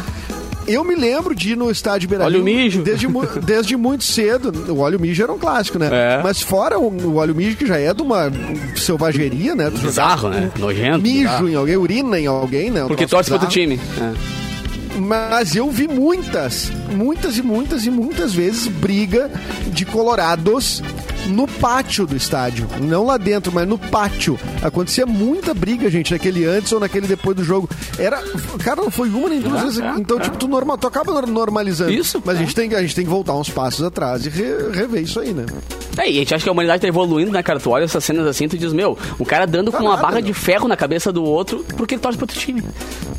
Speaker 6: Eu me lembro de ir no estádio Beira
Speaker 5: Olha o mijo.
Speaker 6: Desde, mu- desde muito cedo. O óleo mijo era um clássico, né?
Speaker 5: É.
Speaker 6: Mas fora o, o óleo mijo, que já é de uma selvageria, né? Tu jogar
Speaker 5: Bizarro, né? Nojento.
Speaker 6: mijo em alguém, urina em alguém, né? Um
Speaker 5: Porque torce
Speaker 6: troço
Speaker 5: pro outro
Speaker 6: bizarro.
Speaker 5: time. É.
Speaker 6: Mas eu vi muitas, muitas e muitas e muitas vezes briga de colorados no pátio do estádio. Não lá dentro, mas no pátio. Acontecia muita briga, gente, naquele antes ou naquele depois do jogo. Era. Cara, não foi uma nem duas
Speaker 5: É,
Speaker 6: vezes.
Speaker 5: é,
Speaker 6: Então,
Speaker 5: é.
Speaker 6: tipo, tu, norma, tu acaba nor- normalizando.
Speaker 5: Isso,
Speaker 6: Mas a,
Speaker 5: é.
Speaker 6: gente tem, que- a gente tem que voltar uns passos atrás e re- rever isso aí, né?
Speaker 5: É, e a gente acha que a humanidade tá evoluindo, né, cara? Tu olha essas cenas assim e tu diz, meu, o cara dando com uma
Speaker 6: Tá nada,
Speaker 5: barra
Speaker 6: meu.
Speaker 5: de ferro na cabeça do outro porque ele torce pro outro time.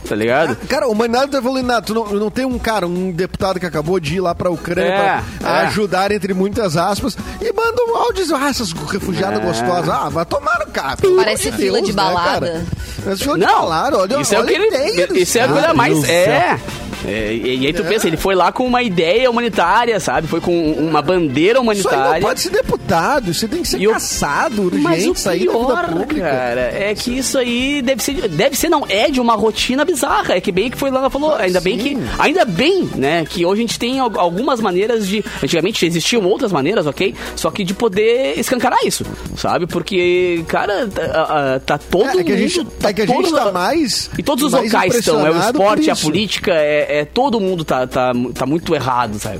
Speaker 5: Tá ligado?
Speaker 6: Cara, o Maynard não tá evoluindo nada. Tu não, não tem um cara, um deputado que acabou de ir lá pra Ucrânia
Speaker 5: É,
Speaker 6: pra
Speaker 5: é.
Speaker 6: ajudar, entre muitas aspas, e manda um áudio dizendo, ah, essas refugiadas
Speaker 5: É.
Speaker 6: gostosas. Ah, vai tomar no cara.
Speaker 3: Parece fila
Speaker 6: né,
Speaker 3: de balada.
Speaker 6: Mas fila de
Speaker 5: Não,
Speaker 6: balada, olha,
Speaker 5: isso é o
Speaker 6: olha
Speaker 5: que
Speaker 6: a ideia
Speaker 5: ele,
Speaker 6: dos
Speaker 5: Isso é a
Speaker 6: caras.
Speaker 5: coisa mais.
Speaker 4: Deus
Speaker 5: É. É, e, e aí tu pensa, ele foi lá com uma ideia humanitária, sabe? Foi com um, uma bandeira
Speaker 6: Isso aí não
Speaker 5: humanitária.
Speaker 6: pode ser deputado, isso aí tem que ser
Speaker 5: E o-
Speaker 6: caçado, urgente,
Speaker 5: Mas o
Speaker 6: sair da vida
Speaker 5: pior,
Speaker 6: pública.
Speaker 5: cara, é que isso aí deve ser, deve ser não, é de uma rotina bizarra. É que bem que foi lá, ela falou, ainda bem que,
Speaker 6: Ah, sim.
Speaker 5: ainda bem, né, que hoje a gente tem al- algumas maneiras de, antigamente existiam outras maneiras, ok? Só que de poder escancarar isso, sabe? Porque, cara, tá, a- a- tá todo
Speaker 6: É, é que a
Speaker 5: mundo-
Speaker 6: gente- é que a gente
Speaker 5: todo-
Speaker 6: tá mais-
Speaker 5: E todos os
Speaker 6: mais
Speaker 5: locais estão, é o
Speaker 6: impressionado por
Speaker 5: esporte, é a
Speaker 6: isso.
Speaker 5: política, é, é- todo mundo tá, tá, tá muito errado, sabe?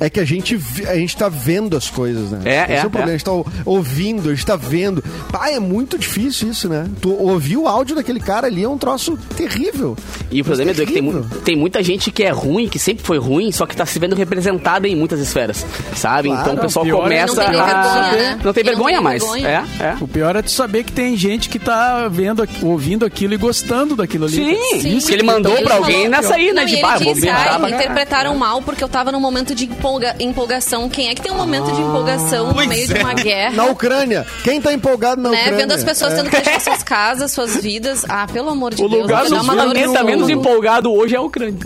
Speaker 6: É que a gente, vi- a gente tá vendo as coisas, né?
Speaker 5: É,
Speaker 6: Esse
Speaker 5: é,
Speaker 6: o
Speaker 5: é.
Speaker 6: problema. A gente tá ou- ouvindo, a gente tá vendo. Pai, é muito difícil isso, né? Tu ouvir o áudio daquele cara ali é um troço terrível.
Speaker 5: E o problema é que tem, mu-
Speaker 6: terrível.
Speaker 5: tem muita gente que é ruim, que sempre foi ruim, só que tá se vendo representada em muitas esferas, sabe?
Speaker 6: Claro,
Speaker 5: então o pessoal
Speaker 7: pior é
Speaker 5: começa
Speaker 3: não ter
Speaker 5: a...
Speaker 3: vergonha, né?
Speaker 5: Não tem
Speaker 3: E não
Speaker 5: vergonha
Speaker 3: ter
Speaker 5: mais.
Speaker 3: vergonha.
Speaker 5: É, é.
Speaker 2: O pior é tu saber que tem gente que tá vendo, aqui- ouvindo aquilo e gostando daquilo ali.
Speaker 5: Sim,
Speaker 3: Sim.
Speaker 5: isso que ele mandou
Speaker 3: Ele
Speaker 5: pra alguém
Speaker 3: falou-
Speaker 5: nessa aí, né?
Speaker 3: Não, e
Speaker 5: de
Speaker 3: ele
Speaker 5: pá, vou
Speaker 3: disse,
Speaker 5: brincar.
Speaker 3: "Ai,
Speaker 5: pra-
Speaker 3: interpretaram mal porque eu tava num momento de empolga- empolgação. Quem é que tem um momento de empolgação no meio de
Speaker 5: é.
Speaker 3: uma guerra?
Speaker 6: Na Ucrânia, quem tá empolgado na
Speaker 3: Né?
Speaker 6: Ucrânia?
Speaker 3: Vendo as pessoas
Speaker 6: É.
Speaker 3: tendo que deixar suas casas, suas vidas. Ah, pelo amor de
Speaker 5: O
Speaker 3: Deus, vai
Speaker 5: lugar
Speaker 3: dar
Speaker 5: do
Speaker 3: uma dor no
Speaker 5: planeta tá menos
Speaker 3: estômago.
Speaker 5: empolgado hoje é a Ucrânia.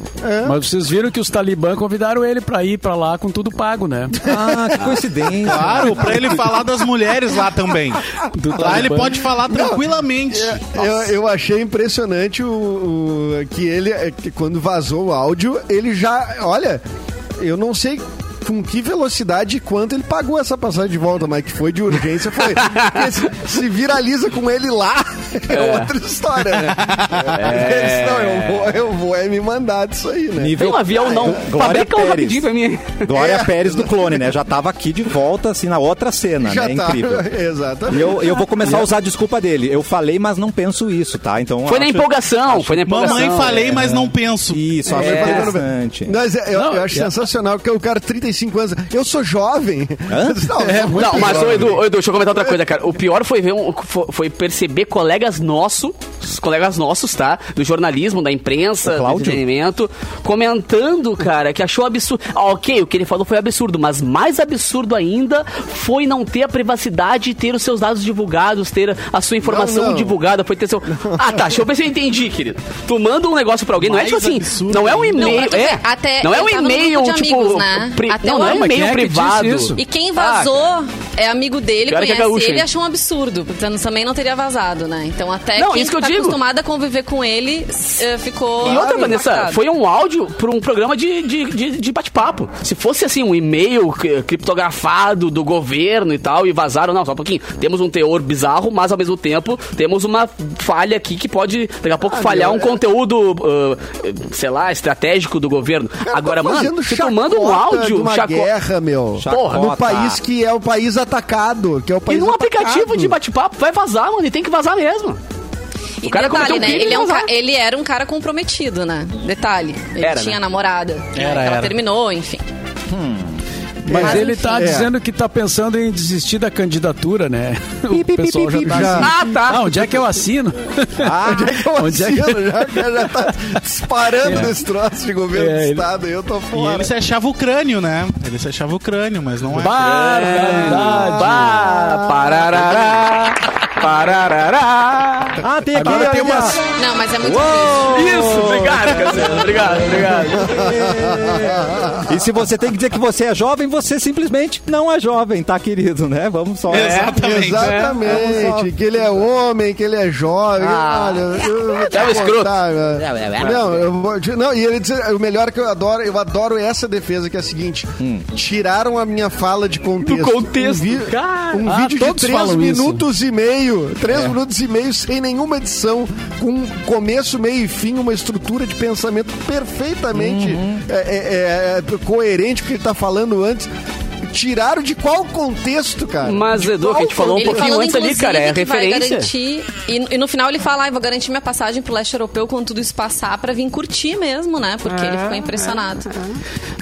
Speaker 2: Mas vocês viram que os talibã convidaram ele pra ir pra lá com tudo pago, né?
Speaker 1: Ah, que coincidência.
Speaker 4: Claro, pra ele falar das mulheres lá também.
Speaker 2: Do
Speaker 4: Lá ele
Speaker 2: Talibã.
Speaker 4: pode falar tranquilamente.
Speaker 5: É.
Speaker 6: Eu, eu achei impressionante o, o- que ele, é, que quando vazou o áudio, ele já. Olha, eu não sei. Com que velocidade e quanto ele pagou essa passagem de volta, mas que foi de urgência, foi. Porque se, se viraliza com ele lá, é, outra história, né? Ele disse, não, eu vou, eu vou é me mandar disso aí, né?
Speaker 5: Tem um avião não.
Speaker 1: Glória
Speaker 5: Fabrica um
Speaker 1: Pérez.
Speaker 5: rapidinho pra mim.
Speaker 1: Glória Pérez do clone, né? Já tava aqui de volta, assim, na outra cena,
Speaker 6: Já
Speaker 1: né?
Speaker 6: tá.
Speaker 1: Incrível. E
Speaker 6: Exatamente.
Speaker 1: eu, eu vou começar a usar a desculpa dele. Eu falei, mas não penso isso, tá? Então
Speaker 5: Foi na
Speaker 1: acho-
Speaker 5: empolgação, foi na empolgação.
Speaker 4: Mamãe, falei, mas não penso.
Speaker 1: Isso, acho
Speaker 5: É.
Speaker 1: interessante.
Speaker 6: Mas eu,
Speaker 2: Não,
Speaker 6: eu acho
Speaker 2: é-
Speaker 6: sensacional que o cara 35 anos. Eu sou jovem. Não, eu sou É muito
Speaker 5: Não, mas ô
Speaker 6: jovem.
Speaker 5: Edu, ô, Edu, deixa eu comentar outra coisa, cara. O pior foi ver um, fo- foi perceber colegas nossos, colegas nossos, tá? Do jornalismo, da imprensa,
Speaker 1: O
Speaker 5: do
Speaker 1: Cláudio?
Speaker 5: entretenimento, comentando, cara, que achou absurdo. Ah, ok, o que ele falou foi absurdo, mas mais absurdo ainda foi não ter a privacidade e ter os seus dados divulgados, ter a sua informação
Speaker 6: Não, não.
Speaker 5: divulgada, foi ter seu. Ah, tá, deixa eu ver se eu entendi, querido. Tu manda um negócio pra alguém, não é
Speaker 4: Mais
Speaker 5: tipo assim,
Speaker 4: absurdo
Speaker 5: não é um
Speaker 4: ainda.
Speaker 3: Não,
Speaker 5: e-mail,
Speaker 3: pra tu
Speaker 5: é,
Speaker 3: ver, até
Speaker 5: não é
Speaker 3: eu
Speaker 5: um
Speaker 3: tava no
Speaker 5: e-mail,
Speaker 3: grupo de
Speaker 5: tipo,
Speaker 3: amigos, né?
Speaker 5: pri-
Speaker 3: Até
Speaker 5: não, não é
Speaker 2: hoje.
Speaker 5: um e-mail
Speaker 2: Quem é que disse
Speaker 5: privado.
Speaker 2: isso?
Speaker 3: E quem vazou é amigo dele,
Speaker 5: Pior que é
Speaker 3: conhece
Speaker 5: gaúcho,
Speaker 3: ele e
Speaker 5: hein?
Speaker 3: achou um absurdo. Portanto, também não teria vazado, né? Então até
Speaker 5: Não,
Speaker 3: quem
Speaker 5: isso que eu
Speaker 3: tá
Speaker 5: contigo.
Speaker 3: acostumada a conviver com ele, eh, ficou.
Speaker 5: E outra, Vanessa,
Speaker 3: impactada.
Speaker 5: foi um áudio para um programa de, de, de, de bate-papo. Se fosse assim, um e-mail cri- criptografado do governo e tal, e vazaram, não, só um pouquinho. Temos um teor bizarro, mas ao mesmo tempo temos uma falha aqui que pode daqui a pouco falhar um conteúdo, ah, sei lá, estratégico do governo. Agora,
Speaker 6: tá
Speaker 5: mano,
Speaker 6: fazendo
Speaker 5: você tomando um
Speaker 6: chacota
Speaker 5: áudio,
Speaker 6: de uma
Speaker 5: chaco-
Speaker 6: guerra, meu.
Speaker 5: Porra.
Speaker 6: no país que é o país atacado, que é o
Speaker 5: E
Speaker 6: país
Speaker 5: num
Speaker 6: atacado.
Speaker 5: aplicativo de bate-papo vai vazar, mano, e tem que vazar mesmo.
Speaker 3: E
Speaker 5: O cara cometeu
Speaker 3: detalhe,
Speaker 5: um
Speaker 3: né?
Speaker 5: crime
Speaker 3: Ele, é um
Speaker 5: casal.
Speaker 3: ca- ele era um cara comprometido, né? Detalhe. Ele
Speaker 5: Era,
Speaker 3: tinha
Speaker 5: né?
Speaker 3: namorada. né?
Speaker 4: Era,
Speaker 3: Que Ela
Speaker 4: era.
Speaker 3: terminou, enfim.
Speaker 2: Mas
Speaker 3: Mas,
Speaker 2: ele
Speaker 3: enfim.
Speaker 2: tá
Speaker 6: É.
Speaker 2: dizendo que tá pensando em desistir da candidatura, né? O pessoal já tá
Speaker 6: já.
Speaker 2: assim.
Speaker 5: Ah, tá.
Speaker 2: Ah, onde é que eu assino?
Speaker 6: Ah, onde é que eu
Speaker 2: Onde é que-
Speaker 6: assino? Já, já tá disparando esse troço de governo
Speaker 2: É,
Speaker 6: do
Speaker 2: ele-
Speaker 6: estado, eu tô
Speaker 4: E
Speaker 6: fora.
Speaker 4: ele se achava o crânio, né? Ele se achava o crânio, mas não é.
Speaker 2: Barbaridade.
Speaker 5: Bah, pararará, pararará.
Speaker 1: Ah, tem aqui.
Speaker 6: Agora tem
Speaker 1: olha.
Speaker 6: umas-
Speaker 3: Não, mas é muito difícil.
Speaker 5: Isso, obrigado, Cassiano. Obrigado, obrigado.
Speaker 1: E se você tem que dizer que você é jovem, você simplesmente não é jovem, tá, querido, né? Vamos só.
Speaker 4: Exatamente.
Speaker 6: Exatamente, que ele é homem, que ele é jovem.
Speaker 5: Ah.
Speaker 6: Olha, eu vou te
Speaker 5: É um escroto.
Speaker 6: contar, velho. Não, eu vou te- não, e ele diz, o melhor é que eu adoro, eu adoro essa defesa que é a seguinte: tiraram a minha fala de contexto.
Speaker 5: Do Hum. contexto,
Speaker 6: um,
Speaker 5: cara.
Speaker 6: um
Speaker 2: Ah,
Speaker 6: vídeo de
Speaker 2: todos
Speaker 6: três
Speaker 2: falam isso.
Speaker 6: minutos e meio, três
Speaker 5: É.
Speaker 6: minutos e meio sem nenhuma edição, com um começo, meio e fim, uma estrutura de pensamento perfeitamente
Speaker 5: Uhum.
Speaker 6: é, é, é, coerente com o que ele tá falando antes. Tiraram de qual contexto, cara?
Speaker 5: Mas,
Speaker 6: De
Speaker 5: Edu, que a gente
Speaker 6: qual
Speaker 5: falou um
Speaker 3: Ele
Speaker 5: pouquinho
Speaker 3: falando,
Speaker 5: antes ali,
Speaker 3: inclusive,
Speaker 5: cara, é
Speaker 3: que vai
Speaker 5: referência.
Speaker 3: garantir- e, e no final ele fala, ah, eu vou garantir minha passagem pro leste europeu quando tudo isso passar pra vir curtir mesmo, né? Porque
Speaker 6: É,
Speaker 3: ele ficou impressionado.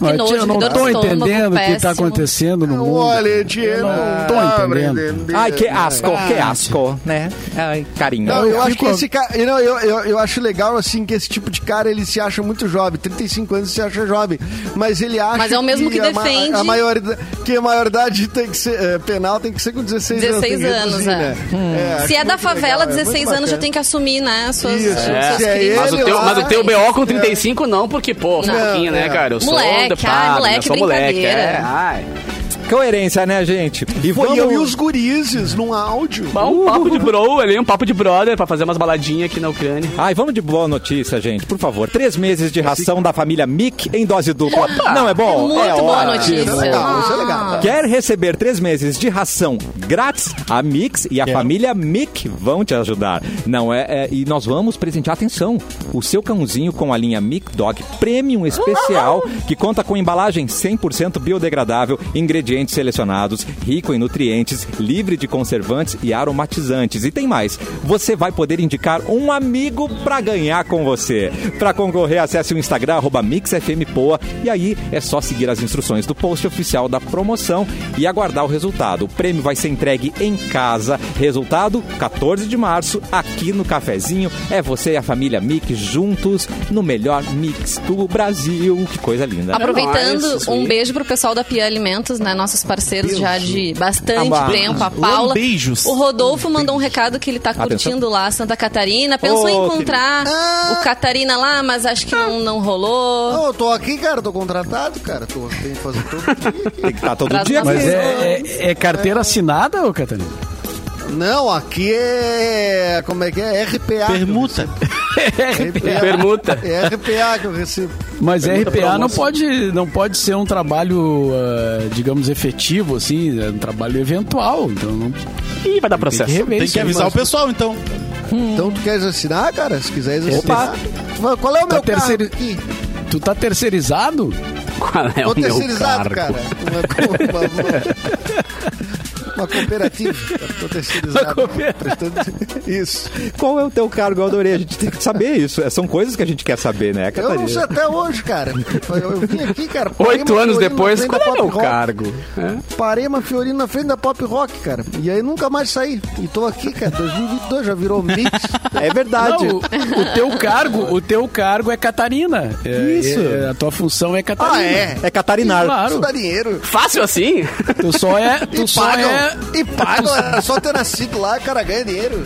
Speaker 2: Mas, tia, eu não
Speaker 3: que dor de
Speaker 2: tô
Speaker 3: estômago,
Speaker 2: entendendo o que tá
Speaker 3: péssimo.
Speaker 2: acontecendo
Speaker 4: Ah,
Speaker 2: no mundo.
Speaker 6: Olha, Diego,
Speaker 2: não tô
Speaker 6: tá
Speaker 2: entendendo.
Speaker 6: aprendendo.
Speaker 1: Ai, que ah, asco, que asco, né? Ai, carinho.
Speaker 6: Ah. Não, eu acho que
Speaker 2: Ficou-
Speaker 6: esse cara. eu Não, eu, eu, eu acho legal, assim, que esse tipo de cara ele se acha muito jovem. 35 anos se acha jovem. Mas ele acha.
Speaker 3: Mas é o mesmo que
Speaker 6: a ma-
Speaker 3: defende-
Speaker 6: A, maioridade, que a maioridade tem que ser, eh, penal tem que ser com 16,
Speaker 3: 16
Speaker 6: anos.
Speaker 3: anos,
Speaker 6: tem jeitozinho,
Speaker 3: é.
Speaker 6: né? É, acho
Speaker 3: Se é da
Speaker 6: muito
Speaker 3: favela,
Speaker 6: legal, é muito
Speaker 3: 16 anos já
Speaker 6: bacana.
Speaker 3: tem que assumir, né? as Suas,
Speaker 6: Isso.
Speaker 3: os
Speaker 6: É.
Speaker 3: seus
Speaker 6: Se é
Speaker 3: crimes.
Speaker 6: ele
Speaker 5: Mas o,
Speaker 6: Ele
Speaker 5: teu,
Speaker 6: lá-
Speaker 5: mas o teu BO com 35 não, porque, pô,
Speaker 3: Não.
Speaker 5: um pouquinho, né,
Speaker 6: É.
Speaker 5: cara? Eu sou
Speaker 3: Moleque,
Speaker 5: um deputado,
Speaker 3: ai, moleque,
Speaker 5: eu sou moleque.
Speaker 3: brincadeira.
Speaker 5: É, ai.
Speaker 1: Coerência, né, gente? E
Speaker 6: Pô,
Speaker 1: vamos...
Speaker 6: e eu e os gurizes num áudio.
Speaker 5: Mas Um papo de bro, ali, um papo de brother pra fazer umas baladinhas aqui na Ucrânia.
Speaker 1: Ai, vamos de boa notícia, gente, por favor. Três meses de ração da família Mick em dose dupla. Não, é bom?
Speaker 3: Muito
Speaker 1: é
Speaker 3: boa
Speaker 1: ótimo.
Speaker 3: notícia. Ah.
Speaker 6: Isso é legal, isso é legal.
Speaker 1: Quer receber três meses de ração grátis? A Mix e a família Mick vão te ajudar. Não é, é- E nós vamos presentear atenção. O seu cãozinho com a linha Mick Dog Premium Especial, que conta com embalagem 100% biodegradável, ingredientes selecionados, rico em nutrientes, livre de conservantes e aromatizantes. E tem mais. Você vai poder indicar um amigo pra ganhar com você. Pra concorrer, acesse o Instagram arroba mixfmpoa e aí é só seguir as instruções do post oficial da promoção e aguardar o resultado. O prêmio vai ser entregue em casa. Resultado 14 de março aqui no cafezinho. É você e a família Mix juntos no melhor mix do Brasil. Que coisa linda. né?
Speaker 3: Aproveitando,
Speaker 5: Isso aí.
Speaker 3: um beijo pro pessoal da Pia Alimentos, né? Nossos parceiros já de bastante
Speaker 1: Ah,
Speaker 3: tempo. A Paula.
Speaker 4: Beijos.
Speaker 3: O Rodolfo mandou um recado que ele tá curtindo lá, Santa Catarina. Pensou em
Speaker 1: Ô,
Speaker 3: encontrar o Catarina lá, mas acho que não, não rolou.
Speaker 6: Não, eu tô aqui, cara, tô contratado, cara. Tô, tenho que fazer tudo aqui.
Speaker 1: Tem que estar todo
Speaker 3: Traz
Speaker 1: dia.
Speaker 3: umas
Speaker 2: Mas
Speaker 1: mesmo.
Speaker 2: é, é- é carteira assinada, ô Catarina?
Speaker 6: Não, aqui é. Como é que é? RPA.
Speaker 4: Permuta.
Speaker 6: RPA.
Speaker 5: Permuta.
Speaker 6: É RPA que eu recebo.
Speaker 2: Mas
Speaker 4: É
Speaker 6: Pergunta
Speaker 2: RPA
Speaker 6: pra
Speaker 2: não
Speaker 6: moça.
Speaker 2: pode, não pode ser um trabalho, ah, digamos, efetivo, assim, é um trabalho eventual. Então não tem
Speaker 5: Ih, vai dar
Speaker 2: que
Speaker 5: processo.
Speaker 2: rever
Speaker 4: Tem
Speaker 2: isso é
Speaker 4: que
Speaker 2: aí,
Speaker 4: avisar o
Speaker 2: mas-
Speaker 4: pessoal, então.
Speaker 6: Então tu queres assinar, cara? Se quiseres
Speaker 1: Opa.
Speaker 6: assinar. Opa. Qual é o meu
Speaker 2: Tá terceiri-
Speaker 6: cargo aqui?
Speaker 2: Tu tá terceirizado?
Speaker 5: Qual é
Speaker 6: Tô
Speaker 5: o meu
Speaker 6: terceirizado,
Speaker 5: cargo?
Speaker 6: cara. Uma, uma- uma- uma cooperativa. Tô terceirizado. Prestando- Isso.
Speaker 1: Qual é o teu cargo? Eu adorei. A gente tem que saber isso. É, São coisas que a gente quer saber, né,
Speaker 6: Eu
Speaker 1: Catarina?
Speaker 6: não sei até hoje, cara. Eu, eu vim aqui, cara. parei
Speaker 5: Oito
Speaker 6: uma
Speaker 5: anos
Speaker 6: Fiorina
Speaker 5: depois,
Speaker 6: na
Speaker 5: qual
Speaker 6: frente
Speaker 5: é
Speaker 6: da
Speaker 5: o meu
Speaker 6: Pop Rock.
Speaker 5: cargo?
Speaker 6: Parei uma Fiorina na frente da Pop Rock, cara. E aí nunca mais saí. E tô aqui, cara. 2022 já virou mix.
Speaker 1: É verdade.
Speaker 2: Não, o, o teu cargo, o teu cargo é Catarina. É,
Speaker 1: Isso.
Speaker 2: é- a tua função é Catarina.
Speaker 6: Ah, é?
Speaker 1: É Catarinar.
Speaker 6: Isso
Speaker 2: Claro.
Speaker 6: dá dinheiro.
Speaker 5: Fácil assim?
Speaker 2: Tu só é, tu
Speaker 6: E
Speaker 2: só
Speaker 6: pagam.
Speaker 2: é.
Speaker 6: E pagam. Era só ter nascido lá, cara, ganha dinheiro.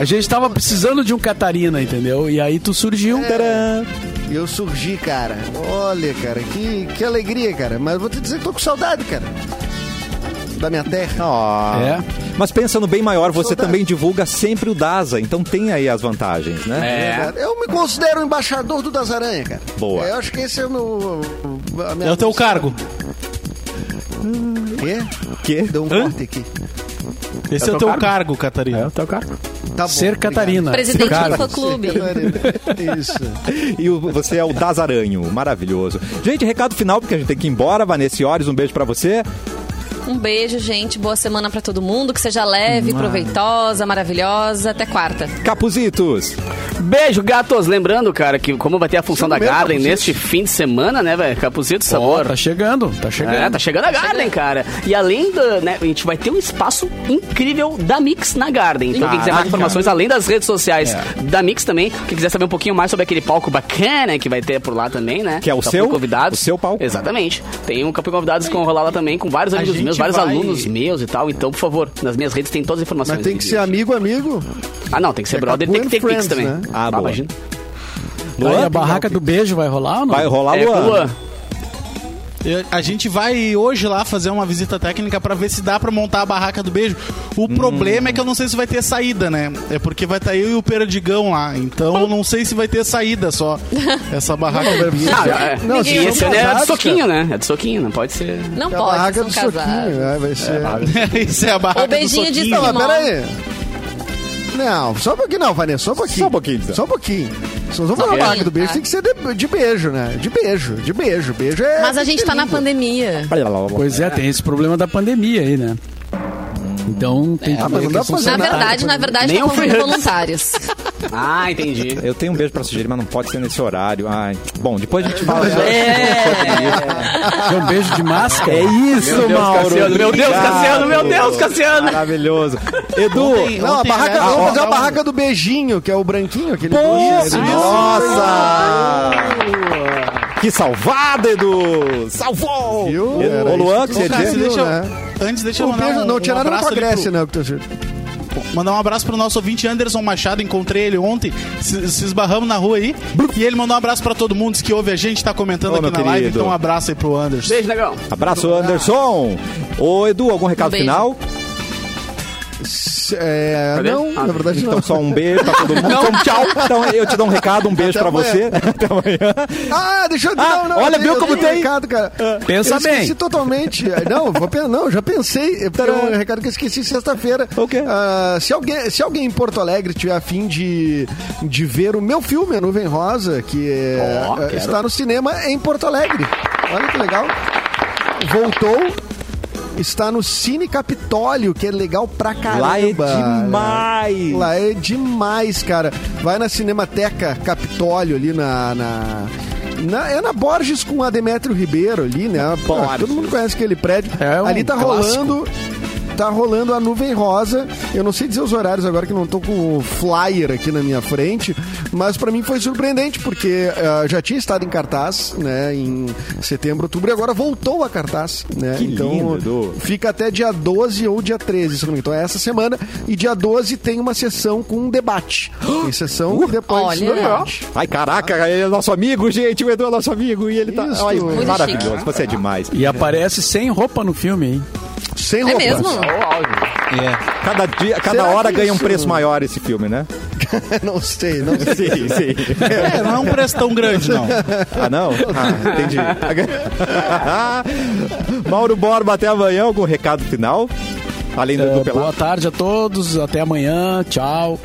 Speaker 2: A gente tava precisando de um Catarina, entendeu? E aí tu surgiu.
Speaker 6: É.
Speaker 1: Tcharam.
Speaker 6: E eu surgi, cara. Olha, cara, que, que alegria, cara. Mas vou te dizer que tô com saudade, cara. Da minha terra.
Speaker 1: Ó.
Speaker 2: É.
Speaker 1: Mas pensa no bem maior, você
Speaker 6: Saudade.
Speaker 1: também divulga sempre o DASA, então tem aí as vantagens, né?
Speaker 5: É.
Speaker 6: Eu me considero o embaixador do Das Aranha, cara.
Speaker 1: Boa.
Speaker 6: Eu acho que esse é o meu. a minha
Speaker 4: É o teu
Speaker 6: missão.
Speaker 4: cargo.
Speaker 6: Quê?
Speaker 1: Que?
Speaker 6: Deu um corte aqui.
Speaker 4: Esse é o teu cargo, Catarina.
Speaker 2: É, tá o cara.
Speaker 6: Tá bom,
Speaker 2: Ser
Speaker 6: obrigado.
Speaker 2: Catarina.
Speaker 3: Presidente
Speaker 2: Cara,
Speaker 3: do fã-clube.
Speaker 6: Isso.
Speaker 1: E o- você é o Dazaranho, maravilhoso. Gente, recado final, porque a gente tem que ir embora. Vanessa Ores, um beijo pra você.
Speaker 3: Um beijo, gente. Boa semana pra todo mundo. Que seja leve, proveitosa, maravilhosa. Até quarta.
Speaker 1: Capuzitos.
Speaker 5: Beijo, gatos. Lembrando, cara, que como vai ter a função
Speaker 6: Isso
Speaker 5: da
Speaker 6: mesmo,
Speaker 5: Garden
Speaker 6: Capuzito.
Speaker 5: neste fim de semana, né, velho? Capuzito,
Speaker 2: Ó,
Speaker 5: sabor.
Speaker 2: tá chegando, tá chegando.
Speaker 5: É, tá chegando a Garden, cara. E além da, né, a gente vai ter um espaço incrível da Mix na Garden. Então, quem quiser mais informações, além das redes sociais da Mix também, quem quiser saber um pouquinho mais sobre aquele palco bacana que vai ter por lá também, né?
Speaker 1: Que é o
Speaker 5: Capri
Speaker 1: seu?
Speaker 5: Convidados.
Speaker 1: O seu palco?
Speaker 5: Exatamente. Tem um Capri Convidados que vão rolar lá também, com vários amigos
Speaker 4: gente
Speaker 5: meus, vários
Speaker 4: vai-
Speaker 5: alunos meus e tal. Então, por favor, nas minhas redes tem todas as informações.
Speaker 6: Mas tem que
Speaker 5: vídeos.
Speaker 6: ser amigo, amigo.
Speaker 5: Ah, não, tem que ser
Speaker 6: É
Speaker 5: brother, tem que ter
Speaker 6: Capu and
Speaker 5: Pix também.
Speaker 6: Friends, né?
Speaker 1: Ah, boa.
Speaker 5: imagina.
Speaker 2: Aí a
Speaker 1: Luan,
Speaker 2: barraca do beijo vai rolar ou não?
Speaker 1: vai rolar
Speaker 5: É,
Speaker 1: Luan.
Speaker 5: Luan.
Speaker 4: Eu- A gente vai hoje lá fazer uma visita técnica pra ver se dá pra montar a barraca do beijo. O problema é que eu não sei se vai ter saída, né? É porque vai estar eu e o Perdigão lá. Então eu não sei se vai ter saída só essa barraca do beijo.
Speaker 5: Ah, é.
Speaker 6: Não,
Speaker 5: e
Speaker 6: vocês
Speaker 5: esse
Speaker 6: são
Speaker 5: né, é de
Speaker 6: casados,
Speaker 5: soquinho, né? É de soquinho, não pode ser.
Speaker 3: Não
Speaker 6: É a
Speaker 3: pode,
Speaker 6: barraca
Speaker 3: vocês
Speaker 6: do
Speaker 3: são casados.
Speaker 6: soquinho. é, vai ser.
Speaker 4: Isso é a barraca
Speaker 3: O beijinho
Speaker 4: do
Speaker 3: de
Speaker 4: soquinho.
Speaker 6: Não, mas
Speaker 3: Simão.
Speaker 6: peraí. Não, só um pouquinho não, Vanessa, só um pouquinho.
Speaker 1: Só um pouquinho, então.
Speaker 6: Só um pouquinho. Se nós vamos falar
Speaker 5: beijo.
Speaker 6: barraca do beijo,
Speaker 3: Tá.
Speaker 6: tem que ser de, de beijo, né? De beijo, de beijo. Beijo é...
Speaker 3: Mas a gente tá na
Speaker 6: língua.
Speaker 3: pandemia.
Speaker 2: Pois é, tem esse problema da pandemia aí, né? Então
Speaker 1: É,
Speaker 2: tem que
Speaker 6: Ah, mas não dá pra fazer
Speaker 3: Na
Speaker 6: nada.
Speaker 3: verdade, na verdade,
Speaker 5: Nem
Speaker 3: tá
Speaker 5: o
Speaker 3: convocando
Speaker 5: Fernandes.
Speaker 3: voluntários.
Speaker 5: Ah, entendi.
Speaker 1: Eu tenho um beijo pra sugerir, mas não pode ser nesse horário. Ai. Bom, depois a gente fala.
Speaker 2: fazer um beijo de máscara.
Speaker 1: É isso,
Speaker 5: Meu Deus,
Speaker 1: Mauro.
Speaker 5: Cassiano, meu Deus,
Speaker 1: Obrigado.
Speaker 5: Cassiano, meu Deus, Cassiano.
Speaker 1: Maravilhoso. Edu.
Speaker 4: Ontem-
Speaker 6: Não, a
Speaker 4: ontem,
Speaker 6: barraca,
Speaker 4: né,
Speaker 6: vamos
Speaker 4: ó,
Speaker 6: fazer a
Speaker 4: ó,
Speaker 6: barraca do beijinho, que é o branquinho, aquele
Speaker 1: Pô,
Speaker 6: doce, ele-
Speaker 1: nossa! Que salvada, Edu! Salvou!
Speaker 6: Viu?
Speaker 1: Edu,
Speaker 6: Era
Speaker 1: Ô, Luan,
Speaker 6: isso
Speaker 1: que
Speaker 6: que
Speaker 1: você
Speaker 4: Ô,
Speaker 6: eu
Speaker 4: Cássio,
Speaker 1: disse?
Speaker 6: queria.
Speaker 4: deixa eu-
Speaker 6: né?
Speaker 4: Antes, deixa eu
Speaker 6: Não,
Speaker 4: mandar
Speaker 6: beijo,
Speaker 4: um,
Speaker 6: não
Speaker 4: um
Speaker 6: tiraram
Speaker 4: abraço
Speaker 6: pra
Speaker 4: ali
Speaker 6: Grécia,
Speaker 4: pro-
Speaker 6: né, o que tá achando.
Speaker 4: Mandar um abraço pro nosso ouvinte Anderson Machado, encontrei ele ontem, se, se esbarramos na rua aí. E ele mandou um abraço pra todo mundo, disse que ouve a gente, tá comentando
Speaker 1: Ô,
Speaker 4: aqui
Speaker 1: meu
Speaker 4: na live,
Speaker 1: querido.
Speaker 4: então um abraço aí pro Anderson.
Speaker 5: Beijo, negão.
Speaker 1: Abraço, Anderson! Ô, Edu, algum recado
Speaker 3: Um beijo.
Speaker 1: final?
Speaker 6: É,
Speaker 5: Cadê?
Speaker 6: não,
Speaker 5: Ah,
Speaker 6: na verdade não.
Speaker 1: Então, só um beijo pra todo mundo. Então, tchau! Então, eu te dou um recado, um beijo pra
Speaker 6: Até
Speaker 1: você.
Speaker 6: amanhã.
Speaker 1: Até amanhã.
Speaker 6: Ah, deixa eu...
Speaker 1: Ah,
Speaker 6: não, não,
Speaker 1: olha,
Speaker 6: eu
Speaker 1: viu
Speaker 6: tenho-
Speaker 1: como
Speaker 6: eu tenho
Speaker 1: tem? Ah.
Speaker 6: um Recado, cara.
Speaker 2: Pensa
Speaker 6: eu esqueci
Speaker 2: bem.
Speaker 6: totalmente. eh, Não, vou, pen- não, já pensei. Eu tenho um recado que eu esqueci sexta-feira.
Speaker 1: O quê?
Speaker 6: Ah, se, alguém, se alguém em Porto Alegre tiver afim de, de ver o meu filme, A Nuvem Rosa, que é-
Speaker 5: Ó,
Speaker 6: é,
Speaker 5: quero.
Speaker 6: está no cinema em Porto Alegre. Olha que legal. Voltou... Está no Cine Capitólio, que é legal pra caramba.
Speaker 1: Lá é demais!
Speaker 6: Lá é demais, cara. Vai na Cinemateca Capitólio ali na. na... na- é na Borges com a Demétrio Ribeiro ali, né?
Speaker 1: Borges.
Speaker 6: Todo mundo conhece aquele prédio.
Speaker 2: É um
Speaker 6: ali tá
Speaker 2: clássico.
Speaker 6: rolando. Tá rolando a nuvem rosa. Eu não sei dizer os horários agora que não tô com o flyer aqui na minha frente, mas pra mim foi surpreendente, porque ah, já tinha estado em cartaz, né? Em setembro, outubro, e agora voltou a cartaz, né?
Speaker 1: Que
Speaker 6: então,
Speaker 1: lindo, Edu.
Speaker 6: Fica até dia 12 ou dia 13, se não me engano. Então é essa semana. E dia 12 tem uma sessão com um debate. Tem sessão e depois
Speaker 3: Uh, olha.
Speaker 6: debate.
Speaker 1: Ai, caraca, ele é nosso amigo, gente. O Edu é nosso amigo e ele tá.
Speaker 6: Isso.
Speaker 1: Ai,
Speaker 6: Muito
Speaker 1: maravilhoso,
Speaker 3: chique.
Speaker 1: você é demais.
Speaker 2: E aparece sem roupa no filme, hein?
Speaker 6: Sem
Speaker 3: É
Speaker 6: roupa.
Speaker 3: mesmo?
Speaker 1: Cada, dia, cada
Speaker 6: Será
Speaker 1: hora
Speaker 6: que
Speaker 1: ganha um
Speaker 6: isso-
Speaker 1: preço maior esse filme, né?
Speaker 6: não sei, não sei.
Speaker 1: Sim, sim.
Speaker 4: É, não é um preço tão grande, não.
Speaker 1: Ah, não? Ah, entendi. Mauro Borba, até amanhã. Algum recado final? Além do
Speaker 2: É,
Speaker 1: Edu
Speaker 2: boa
Speaker 1: Pelado.
Speaker 2: tarde a todos, até amanhã, tchau.